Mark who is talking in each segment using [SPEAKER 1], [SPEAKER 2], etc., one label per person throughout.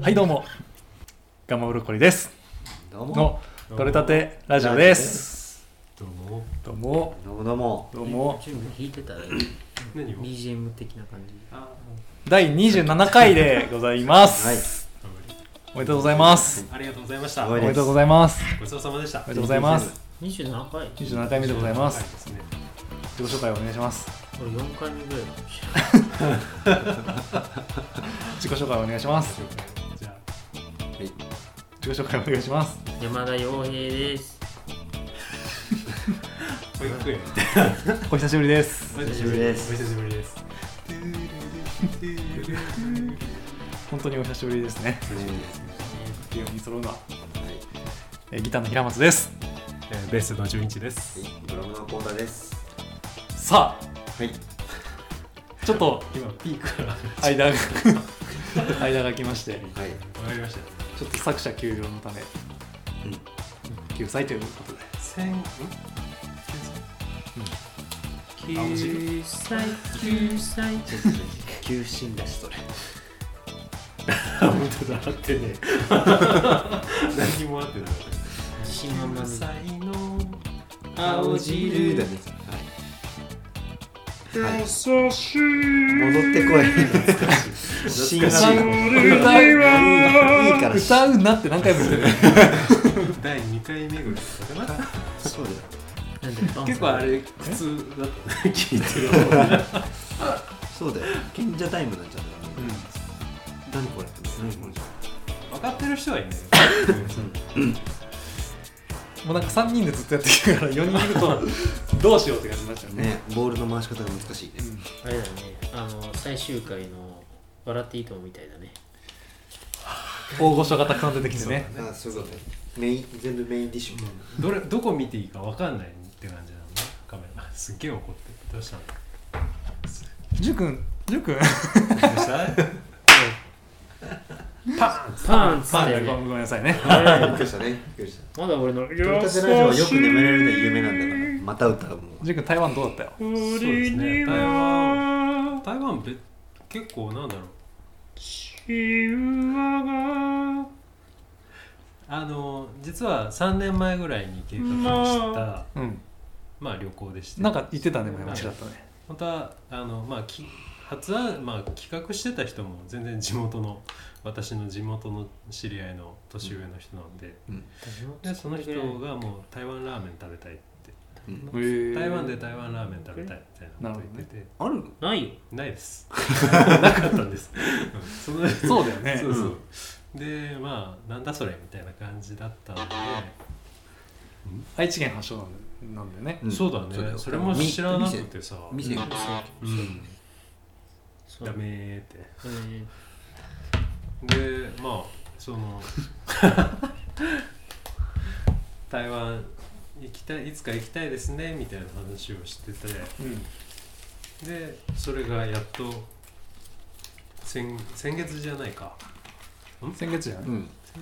[SPEAKER 1] はいどうもガンマブロッコリーです
[SPEAKER 2] どうも
[SPEAKER 1] の取れたてラジオです
[SPEAKER 3] どうも
[SPEAKER 1] どうも
[SPEAKER 2] どうもどうも
[SPEAKER 1] どうも
[SPEAKER 4] 準備弾いてたらいい
[SPEAKER 3] 何を
[SPEAKER 4] BGM 的な感じ
[SPEAKER 3] あ
[SPEAKER 1] 第27回でございます、
[SPEAKER 2] はい
[SPEAKER 1] おめでとうございます
[SPEAKER 3] ありがとうございました
[SPEAKER 2] す
[SPEAKER 1] お
[SPEAKER 2] ご
[SPEAKER 1] め
[SPEAKER 2] い
[SPEAKER 1] で
[SPEAKER 2] で
[SPEAKER 1] とうございます
[SPEAKER 3] ごちそうさまでした
[SPEAKER 1] おめでとうございます
[SPEAKER 4] 27回
[SPEAKER 1] 27回目でございます
[SPEAKER 3] すね
[SPEAKER 1] 自己紹介お願いします
[SPEAKER 4] 俺4回目ぐらいかもしれ
[SPEAKER 1] 自己紹介お願いします
[SPEAKER 3] じゃ
[SPEAKER 1] 自己紹介お願いします
[SPEAKER 4] ない山田洋平です
[SPEAKER 3] あ保育園
[SPEAKER 1] お久しぶりです
[SPEAKER 3] お
[SPEAKER 2] 久しぶりです
[SPEAKER 3] お久しぶりです
[SPEAKER 1] 本当にお久しぶりですね
[SPEAKER 3] お久しぶりで
[SPEAKER 1] っていうように揃うのは、えーギターの平松です
[SPEAKER 3] すベースの純一です
[SPEAKER 2] はいドラムのコーダです
[SPEAKER 1] さ
[SPEAKER 2] はい
[SPEAKER 1] あちょっと
[SPEAKER 3] 今ピークが
[SPEAKER 1] 間が間が来まして
[SPEAKER 2] はい
[SPEAKER 3] わかりました
[SPEAKER 1] ちょっと作者休業のため、救済ということで
[SPEAKER 3] 千んあ面白い
[SPEAKER 4] 救済救済
[SPEAKER 2] 求心だしそれ
[SPEAKER 3] 本当だ合ってね 何も合ってなかった
[SPEAKER 4] 自信満々で
[SPEAKER 3] 才能
[SPEAKER 2] 青汁だねはい、はい、
[SPEAKER 3] 優しい
[SPEAKER 2] 戻ってこい
[SPEAKER 3] 新
[SPEAKER 2] 懐かしい
[SPEAKER 1] 歌
[SPEAKER 2] いいから
[SPEAKER 1] う
[SPEAKER 2] し
[SPEAKER 1] 歌うなって何回も言ってる
[SPEAKER 3] 第2回目ぐらいだったか
[SPEAKER 2] そうだよ
[SPEAKER 4] なんでバン
[SPEAKER 3] な
[SPEAKER 4] さん
[SPEAKER 3] 結構あれ苦痛だったね 聞いて る方
[SPEAKER 2] そうだよ賢者タイムなんじゃない何これ何これ
[SPEAKER 3] 分かってる人 はいない
[SPEAKER 1] もうなんか3人でずっとやってるから4人いるとどうしようって感じになっちゃうね
[SPEAKER 2] ねボールの回し方が難しいね
[SPEAKER 4] あれだねあの最終回の「笑っていいとも」みたいだね
[SPEAKER 1] 大御所がたくさん出てきてね
[SPEAKER 2] あそういうことねメイン全部メインディッシュみたい
[SPEAKER 3] どれどこ見ていいか分かんないって感じなのねカメラ すっげえ怒ってるどうしたの
[SPEAKER 1] ジュくんジュくん
[SPEAKER 3] どうしたパーン
[SPEAKER 4] パーンっつ
[SPEAKER 1] まあ
[SPEAKER 4] って、
[SPEAKER 1] ごめ
[SPEAKER 4] ね、
[SPEAKER 1] んごめんなさいね
[SPEAKER 2] なびっくりしたねびっくりした
[SPEAKER 4] まだ俺の「
[SPEAKER 2] ト
[SPEAKER 4] よ
[SPEAKER 2] ヨタゼラジオはよく眠れるのは夢なんだからまた歌うもん
[SPEAKER 1] ジュくん台湾どうだったよ
[SPEAKER 3] そうですね台湾台湾べ結構なんだろうあの実は3年前ぐらいに計画した
[SPEAKER 1] うん
[SPEAKER 3] まあ旅行でして
[SPEAKER 1] なんか言ってたね前もちらっとね
[SPEAKER 3] 本当はあの、まあ、き発案、まあ、企画してた人も全然地元の私の地元の知り合いの年上の人なんで,、でその人がもう台湾ラーメン食べたいって、
[SPEAKER 1] へー
[SPEAKER 3] 台湾で台湾ラーメン食べたいみたいなこと言ってて、
[SPEAKER 2] あるの
[SPEAKER 4] ないよ
[SPEAKER 3] ないですなかったんですうん その
[SPEAKER 1] そうだよね
[SPEAKER 3] そうそう、でまあなんだそれみたいな感じだったんで、
[SPEAKER 1] 愛知県発祥なんだなんだよね
[SPEAKER 2] うん
[SPEAKER 3] そうだね
[SPEAKER 2] だよ
[SPEAKER 3] それも知らなくてさ、う
[SPEAKER 2] 店店、
[SPEAKER 3] ん、
[SPEAKER 4] そう
[SPEAKER 3] ダメーって
[SPEAKER 4] そうね
[SPEAKER 3] でまあそ の台湾行きたいいつか行きたいですねみたいな話をしてて
[SPEAKER 1] うん
[SPEAKER 3] でそれがやっと先先月じゃないか
[SPEAKER 1] 先月じゃないう
[SPEAKER 2] ん
[SPEAKER 3] 先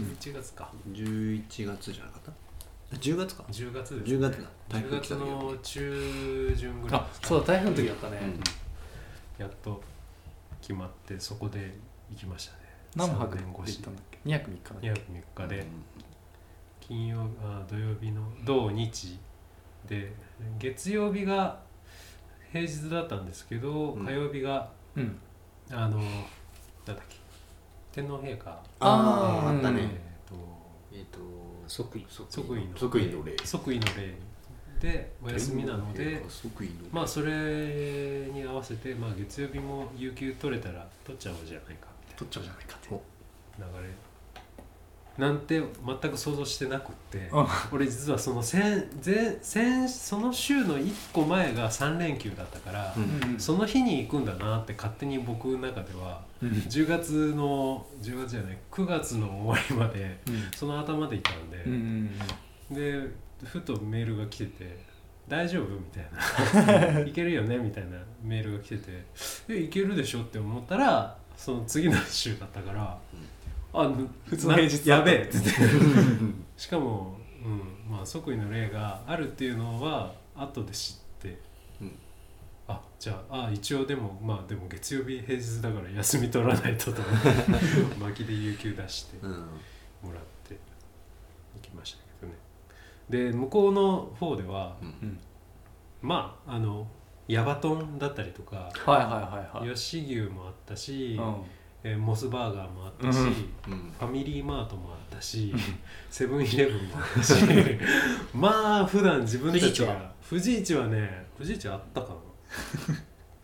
[SPEAKER 3] 月11月か、
[SPEAKER 2] 11月じゃなかったあ10月か
[SPEAKER 3] 10月です
[SPEAKER 2] 10月だ台
[SPEAKER 3] 10
[SPEAKER 2] 風来
[SPEAKER 3] 月
[SPEAKER 2] た時
[SPEAKER 3] の中旬ぐらい
[SPEAKER 1] あ
[SPEAKER 3] ですか
[SPEAKER 1] そうだ台風の時だったね、
[SPEAKER 2] うん
[SPEAKER 3] やっと決まってそこで行きましたね
[SPEAKER 1] 何泊で
[SPEAKER 3] 3年
[SPEAKER 1] 行
[SPEAKER 3] 越
[SPEAKER 1] っ
[SPEAKER 3] した
[SPEAKER 1] んだっけ2泊3日だっ
[SPEAKER 3] 2
[SPEAKER 1] け
[SPEAKER 3] 泊3日で金曜あ土曜日の土日で月曜日が平日だったんですけど、
[SPEAKER 2] うん
[SPEAKER 3] 火曜日が
[SPEAKER 1] うん
[SPEAKER 3] あのなんだっけ天皇陛下
[SPEAKER 2] ああ
[SPEAKER 1] あー
[SPEAKER 2] あった
[SPEAKER 3] え
[SPEAKER 2] ね
[SPEAKER 3] ーと
[SPEAKER 2] えっと
[SPEAKER 4] 即位
[SPEAKER 3] 即位の
[SPEAKER 2] 即位の礼
[SPEAKER 3] 即位の礼でお休みなので
[SPEAKER 2] 即位の
[SPEAKER 3] まあそれに合わせて、まあ、月曜日も有給取れたら取っちゃおうじゃないかみ
[SPEAKER 1] 取っちゃうじゃないかって
[SPEAKER 2] お
[SPEAKER 3] たいな流れなんて全く想像してなくって
[SPEAKER 1] うん
[SPEAKER 3] 俺実はその先前先その週の1個前が3連休だったから、
[SPEAKER 2] うん
[SPEAKER 3] その日に行くんだなって勝手に僕の中では
[SPEAKER 1] うん
[SPEAKER 3] 10月の10月じゃない9月の終わりまでその頭でいたんで、
[SPEAKER 1] うん
[SPEAKER 3] でふとメールが来てて「大丈夫?」みた いな「いけるよね?」みたいなメールが来てて「えいけるでしょ?」って思ったらその次の週だったから「あ
[SPEAKER 1] 普通の平日
[SPEAKER 3] な
[SPEAKER 1] だ
[SPEAKER 3] や
[SPEAKER 1] った
[SPEAKER 3] べえ」っつって しかも、うんまあ、即位の例があるっていうのは後で知って、
[SPEAKER 2] うん
[SPEAKER 3] あじゃああ一応でもまあでも月曜日平日だから休み取らないとと思 って巻きで有給出して
[SPEAKER 2] う
[SPEAKER 3] も
[SPEAKER 2] ん
[SPEAKER 3] らって行きましたけどねで向こうの方では、
[SPEAKER 2] うん
[SPEAKER 3] まああのヤバトンだったりとか
[SPEAKER 1] はいはいはいはい
[SPEAKER 3] 吉牛もあったし、
[SPEAKER 1] うん
[SPEAKER 3] えーモスバーガーもあった
[SPEAKER 1] う
[SPEAKER 3] し、
[SPEAKER 1] ん
[SPEAKER 3] フ
[SPEAKER 2] うん
[SPEAKER 3] ァミリーマートもあったしセブンイレブンもあっ たしまあ普段自分たちが富士市はね富士市あったかな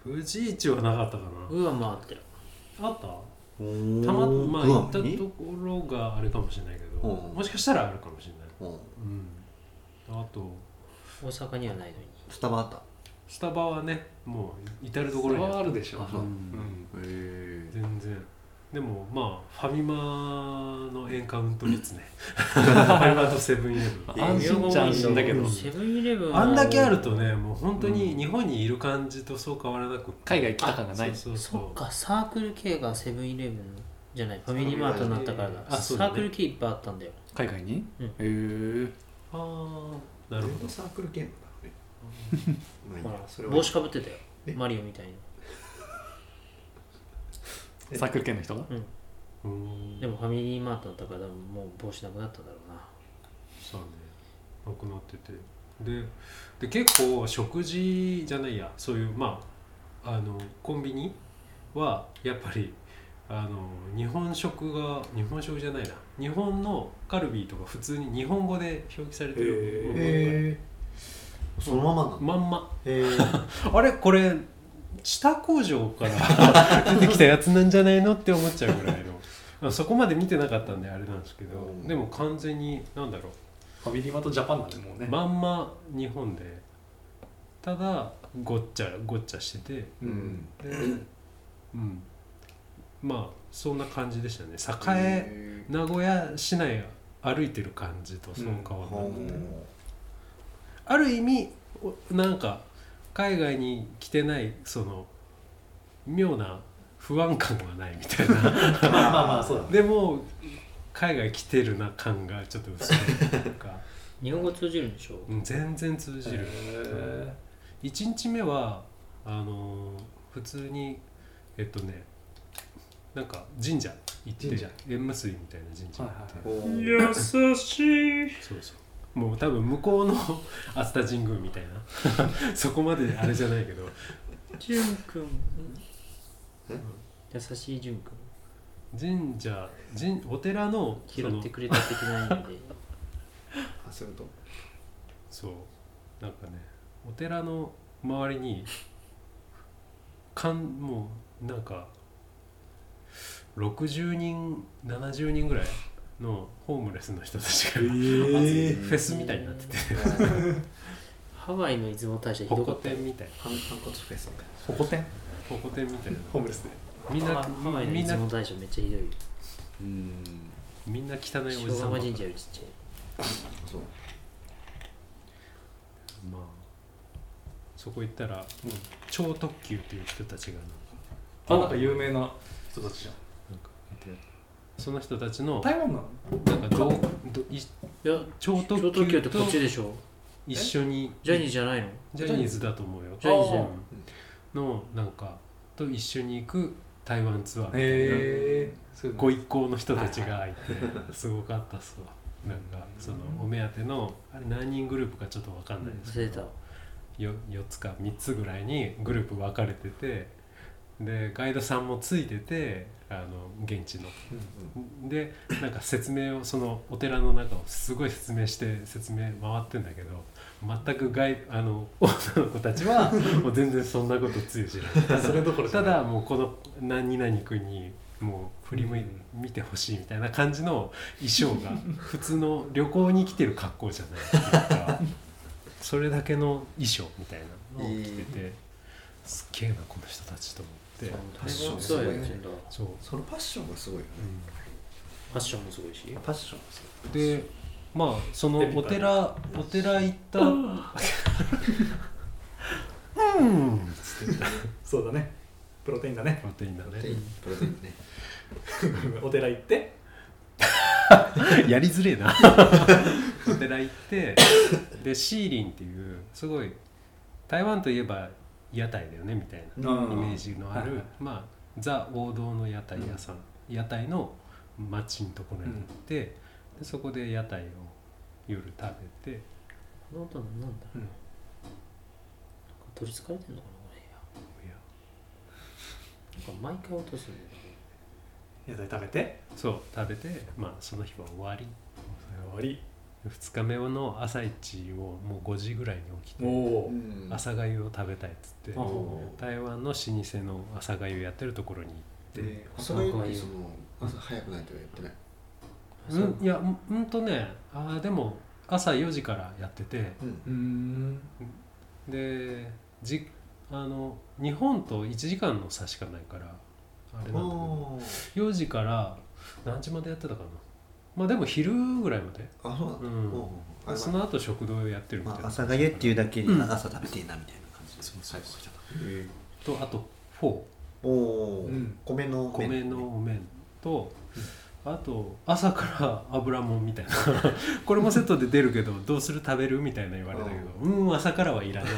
[SPEAKER 3] 富士市はなかったか
[SPEAKER 4] うわ回ってる
[SPEAKER 3] なあった
[SPEAKER 2] おー
[SPEAKER 3] たままあ
[SPEAKER 2] グア
[SPEAKER 3] 行っ
[SPEAKER 2] ム
[SPEAKER 3] た
[SPEAKER 2] に
[SPEAKER 3] ところがあれかもしれないけど
[SPEAKER 2] うん
[SPEAKER 3] もしかしたらあるかもしれない
[SPEAKER 2] うん
[SPEAKER 3] うんあと
[SPEAKER 4] 大阪にはないのに
[SPEAKER 2] スタバあった
[SPEAKER 3] スタバはねもう至る所に
[SPEAKER 1] は
[SPEAKER 3] あ
[SPEAKER 1] あ
[SPEAKER 3] る
[SPEAKER 1] るでしょ
[SPEAKER 2] あ
[SPEAKER 3] う
[SPEAKER 2] そうんへえ
[SPEAKER 3] 全然でもまあファミマのエンカウント率ねファミマとセブンイレブン
[SPEAKER 1] 安心っちゃ安心だけど
[SPEAKER 4] セブンイレブンは
[SPEAKER 3] あんだけあるとねもう本当に日本にいる感じとそう変わらなく
[SPEAKER 1] 海外来た感がない
[SPEAKER 3] そうそう
[SPEAKER 4] そ
[SPEAKER 3] そ
[SPEAKER 4] っかサークル系がセブンイレブンじゃないファミリーマートになったからだ
[SPEAKER 3] あそ
[SPEAKER 4] サ
[SPEAKER 3] うだね
[SPEAKER 4] ークル系いっぱいあったんだよ
[SPEAKER 1] 海外に
[SPEAKER 4] うん
[SPEAKER 1] へえ
[SPEAKER 3] うああなるほど
[SPEAKER 2] サークル系なんだねまあいい
[SPEAKER 4] ほ
[SPEAKER 2] や
[SPEAKER 4] ら
[SPEAKER 2] それは
[SPEAKER 4] 帽子かぶってたよ
[SPEAKER 2] え
[SPEAKER 4] マリオみたいに
[SPEAKER 2] え
[SPEAKER 1] サークル系の人が
[SPEAKER 3] うん
[SPEAKER 4] でもファミリーマートだったから多分もう帽子なくなったんだろうな
[SPEAKER 3] そうねなくなっててでで結構食事じゃないやそういうまああのコンビニはやっぱりあの日本食が日本食じゃないな日本のカルビーとか普通に日本語で表記されてるものがある
[SPEAKER 2] へえそのままなんだ
[SPEAKER 3] まんま
[SPEAKER 2] へえ
[SPEAKER 3] あれこれ下工場から 出てきたやつなんじゃないのって思っちゃうぐらいのまあそこまで見てなかったんであれなんですけど、
[SPEAKER 2] うん
[SPEAKER 3] でも完全になんだろう
[SPEAKER 1] ファミリーマートジャパンなんでもうね
[SPEAKER 3] まんま日本でただごっちゃごっちゃしてて
[SPEAKER 2] うん
[SPEAKER 3] で、うん、まあそんな感じでしたね栄
[SPEAKER 2] へ
[SPEAKER 3] 名古屋市内歩いてる感じとそう変
[SPEAKER 2] ー
[SPEAKER 3] わらな
[SPEAKER 2] ほ
[SPEAKER 3] くて、
[SPEAKER 2] う
[SPEAKER 3] ある意味おなんか海外に来てないその妙な不安感がないみたいな
[SPEAKER 1] まあまあまあそうだね
[SPEAKER 3] でも海外来てるな感がちょっと薄いというか、
[SPEAKER 4] 日本語通じるんでしょ
[SPEAKER 3] うん全然通じる。
[SPEAKER 1] へ
[SPEAKER 3] 1日目はあのー普通にえっとねなんか神社行って
[SPEAKER 1] 神社
[SPEAKER 3] 縁結びみたいな神社行って、
[SPEAKER 1] はい
[SPEAKER 2] ほう
[SPEAKER 4] 優しい
[SPEAKER 3] そうそうもう多分向こうの 熱田神宮みたいな そこまであれじゃないけど
[SPEAKER 4] 純くん
[SPEAKER 2] え
[SPEAKER 4] 優しい純くん
[SPEAKER 3] 神社神お寺のそ
[SPEAKER 4] 拾
[SPEAKER 3] の
[SPEAKER 4] ってくれた的な意味で
[SPEAKER 2] あそういうこ
[SPEAKER 3] そうなんかねお寺の周りにかんもうなんか60人70人ぐらいのホームレスの人たちが、
[SPEAKER 1] え
[SPEAKER 3] フェスみたいになってて
[SPEAKER 4] ハワイの出雲大社ひ
[SPEAKER 3] ホ
[SPEAKER 4] どか
[SPEAKER 3] コ
[SPEAKER 4] った
[SPEAKER 3] 天
[SPEAKER 4] よ
[SPEAKER 3] みたいな
[SPEAKER 2] とハンハンコツフェスみたいな
[SPEAKER 1] ほこてん
[SPEAKER 3] ホコ天みたいな
[SPEAKER 1] ホームレスで
[SPEAKER 3] みん
[SPEAKER 4] ハ
[SPEAKER 3] な
[SPEAKER 4] ワイの
[SPEAKER 3] みん
[SPEAKER 4] 出
[SPEAKER 3] な
[SPEAKER 4] 雲大社めっちゃひどいよ
[SPEAKER 2] うん
[SPEAKER 3] みんな汚いお
[SPEAKER 4] 塩
[SPEAKER 3] じさん
[SPEAKER 4] 釜
[SPEAKER 3] ばっか
[SPEAKER 4] 神社よりちっちゃい
[SPEAKER 2] そう
[SPEAKER 3] まあそこ行ったら、超特急っていう人たちがなんか
[SPEAKER 1] あなんか有名な人たちじゃん
[SPEAKER 3] なんかいてその人たちの
[SPEAKER 1] 台湾なの
[SPEAKER 3] なんかどうどい
[SPEAKER 4] いや
[SPEAKER 3] 超特
[SPEAKER 4] 超
[SPEAKER 3] 急と
[SPEAKER 4] 特急ってこっちでしょ
[SPEAKER 3] 一緒に
[SPEAKER 4] ジャニーじゃないの
[SPEAKER 3] ジャニーズだと思うよ
[SPEAKER 4] ジャニーズ
[SPEAKER 1] あ
[SPEAKER 3] のなんかと一緒に行く台湾ツアーみたいな、
[SPEAKER 1] へえそういうの
[SPEAKER 3] ご一行の人たちがいてすごかったっすわなんかそのお目当てのあれ何人グループかちょっと分かんないです
[SPEAKER 4] 忘
[SPEAKER 3] け
[SPEAKER 4] れ
[SPEAKER 3] ど
[SPEAKER 4] た
[SPEAKER 3] よ4つか3つぐらいにグループ分かれててでガイドさんもついててあの現地のでなんか説明をそのお寺の中をすごい説明して説明回ってんだけど全く外あの女の子たち はもう全然そんなことつゆ知らない
[SPEAKER 1] それどころじゃ
[SPEAKER 3] た
[SPEAKER 1] ない
[SPEAKER 3] だもうこの何々君にもう振り向い見てほしいみたいな感じの衣 装が普通の旅行に来てる格好じゃないっていうかそれだけの衣装みたいなのを着ててすっげえなこの人たちと思って
[SPEAKER 4] 台
[SPEAKER 2] ッション
[SPEAKER 4] 湾ツアーやって
[SPEAKER 2] すごい
[SPEAKER 4] んだ
[SPEAKER 3] そう、
[SPEAKER 2] そのパッションがすごいよね
[SPEAKER 3] う
[SPEAKER 4] フ
[SPEAKER 3] ん
[SPEAKER 4] ァッションもすごいし
[SPEAKER 2] パッションがすごい
[SPEAKER 3] でまあそのお寺お寺行ったうんつって
[SPEAKER 1] そうだねプロテインだね
[SPEAKER 3] プロテインだね
[SPEAKER 2] プロテインね
[SPEAKER 1] お寺行って
[SPEAKER 3] やりづれえなお寺行ってでシーリンっていうすごい台湾といえば屋台だよねみたいな
[SPEAKER 1] う
[SPEAKER 3] イ
[SPEAKER 1] ん
[SPEAKER 3] メージのあ
[SPEAKER 1] はい
[SPEAKER 3] る
[SPEAKER 1] は、
[SPEAKER 3] まあ、ザ王道の屋台屋さん、屋台の町のところに行って、でそこで屋台を夜食べて
[SPEAKER 4] この音は何なんだろう、
[SPEAKER 3] うん
[SPEAKER 4] なんか取りつかれてんのかなこれ
[SPEAKER 3] いや
[SPEAKER 4] なんか毎回落とすんだよね
[SPEAKER 1] 屋台食べて
[SPEAKER 3] そう食べて、まあ、その日は終わり
[SPEAKER 1] 終わり
[SPEAKER 3] 2日目の朝一をもう5時ぐらいに起きて
[SPEAKER 1] おお
[SPEAKER 2] ん
[SPEAKER 3] 朝粥を食べたいっつって
[SPEAKER 1] あ
[SPEAKER 3] 台湾の老舗の朝粥やってるところに行って
[SPEAKER 2] で、朝がゆってその朝早くないとやってない。
[SPEAKER 3] うん、いやうんうんとねあーでも朝4時からやってて
[SPEAKER 2] うん。
[SPEAKER 1] うん
[SPEAKER 3] でじあの日本と1時間の差しかないからあれなんだけど4時から何時までやってたかなまあでも昼ぐらいまで
[SPEAKER 2] あ、そうなんだ。
[SPEAKER 3] うん
[SPEAKER 2] おう
[SPEAKER 3] でその後食堂やってるみたいな、
[SPEAKER 2] うだけ
[SPEAKER 3] うん
[SPEAKER 2] 朝食べてえなみたいな感じで。
[SPEAKER 3] そうそうそう
[SPEAKER 2] へえ
[SPEAKER 3] とあとフォー
[SPEAKER 2] おお
[SPEAKER 1] う
[SPEAKER 2] ー
[SPEAKER 1] ん。
[SPEAKER 2] 米の
[SPEAKER 3] 米のお麺と、あと朝から油もんみたいな これもセットで出るけどどうする食べるみたいな言われたけどうん、朝からはいらない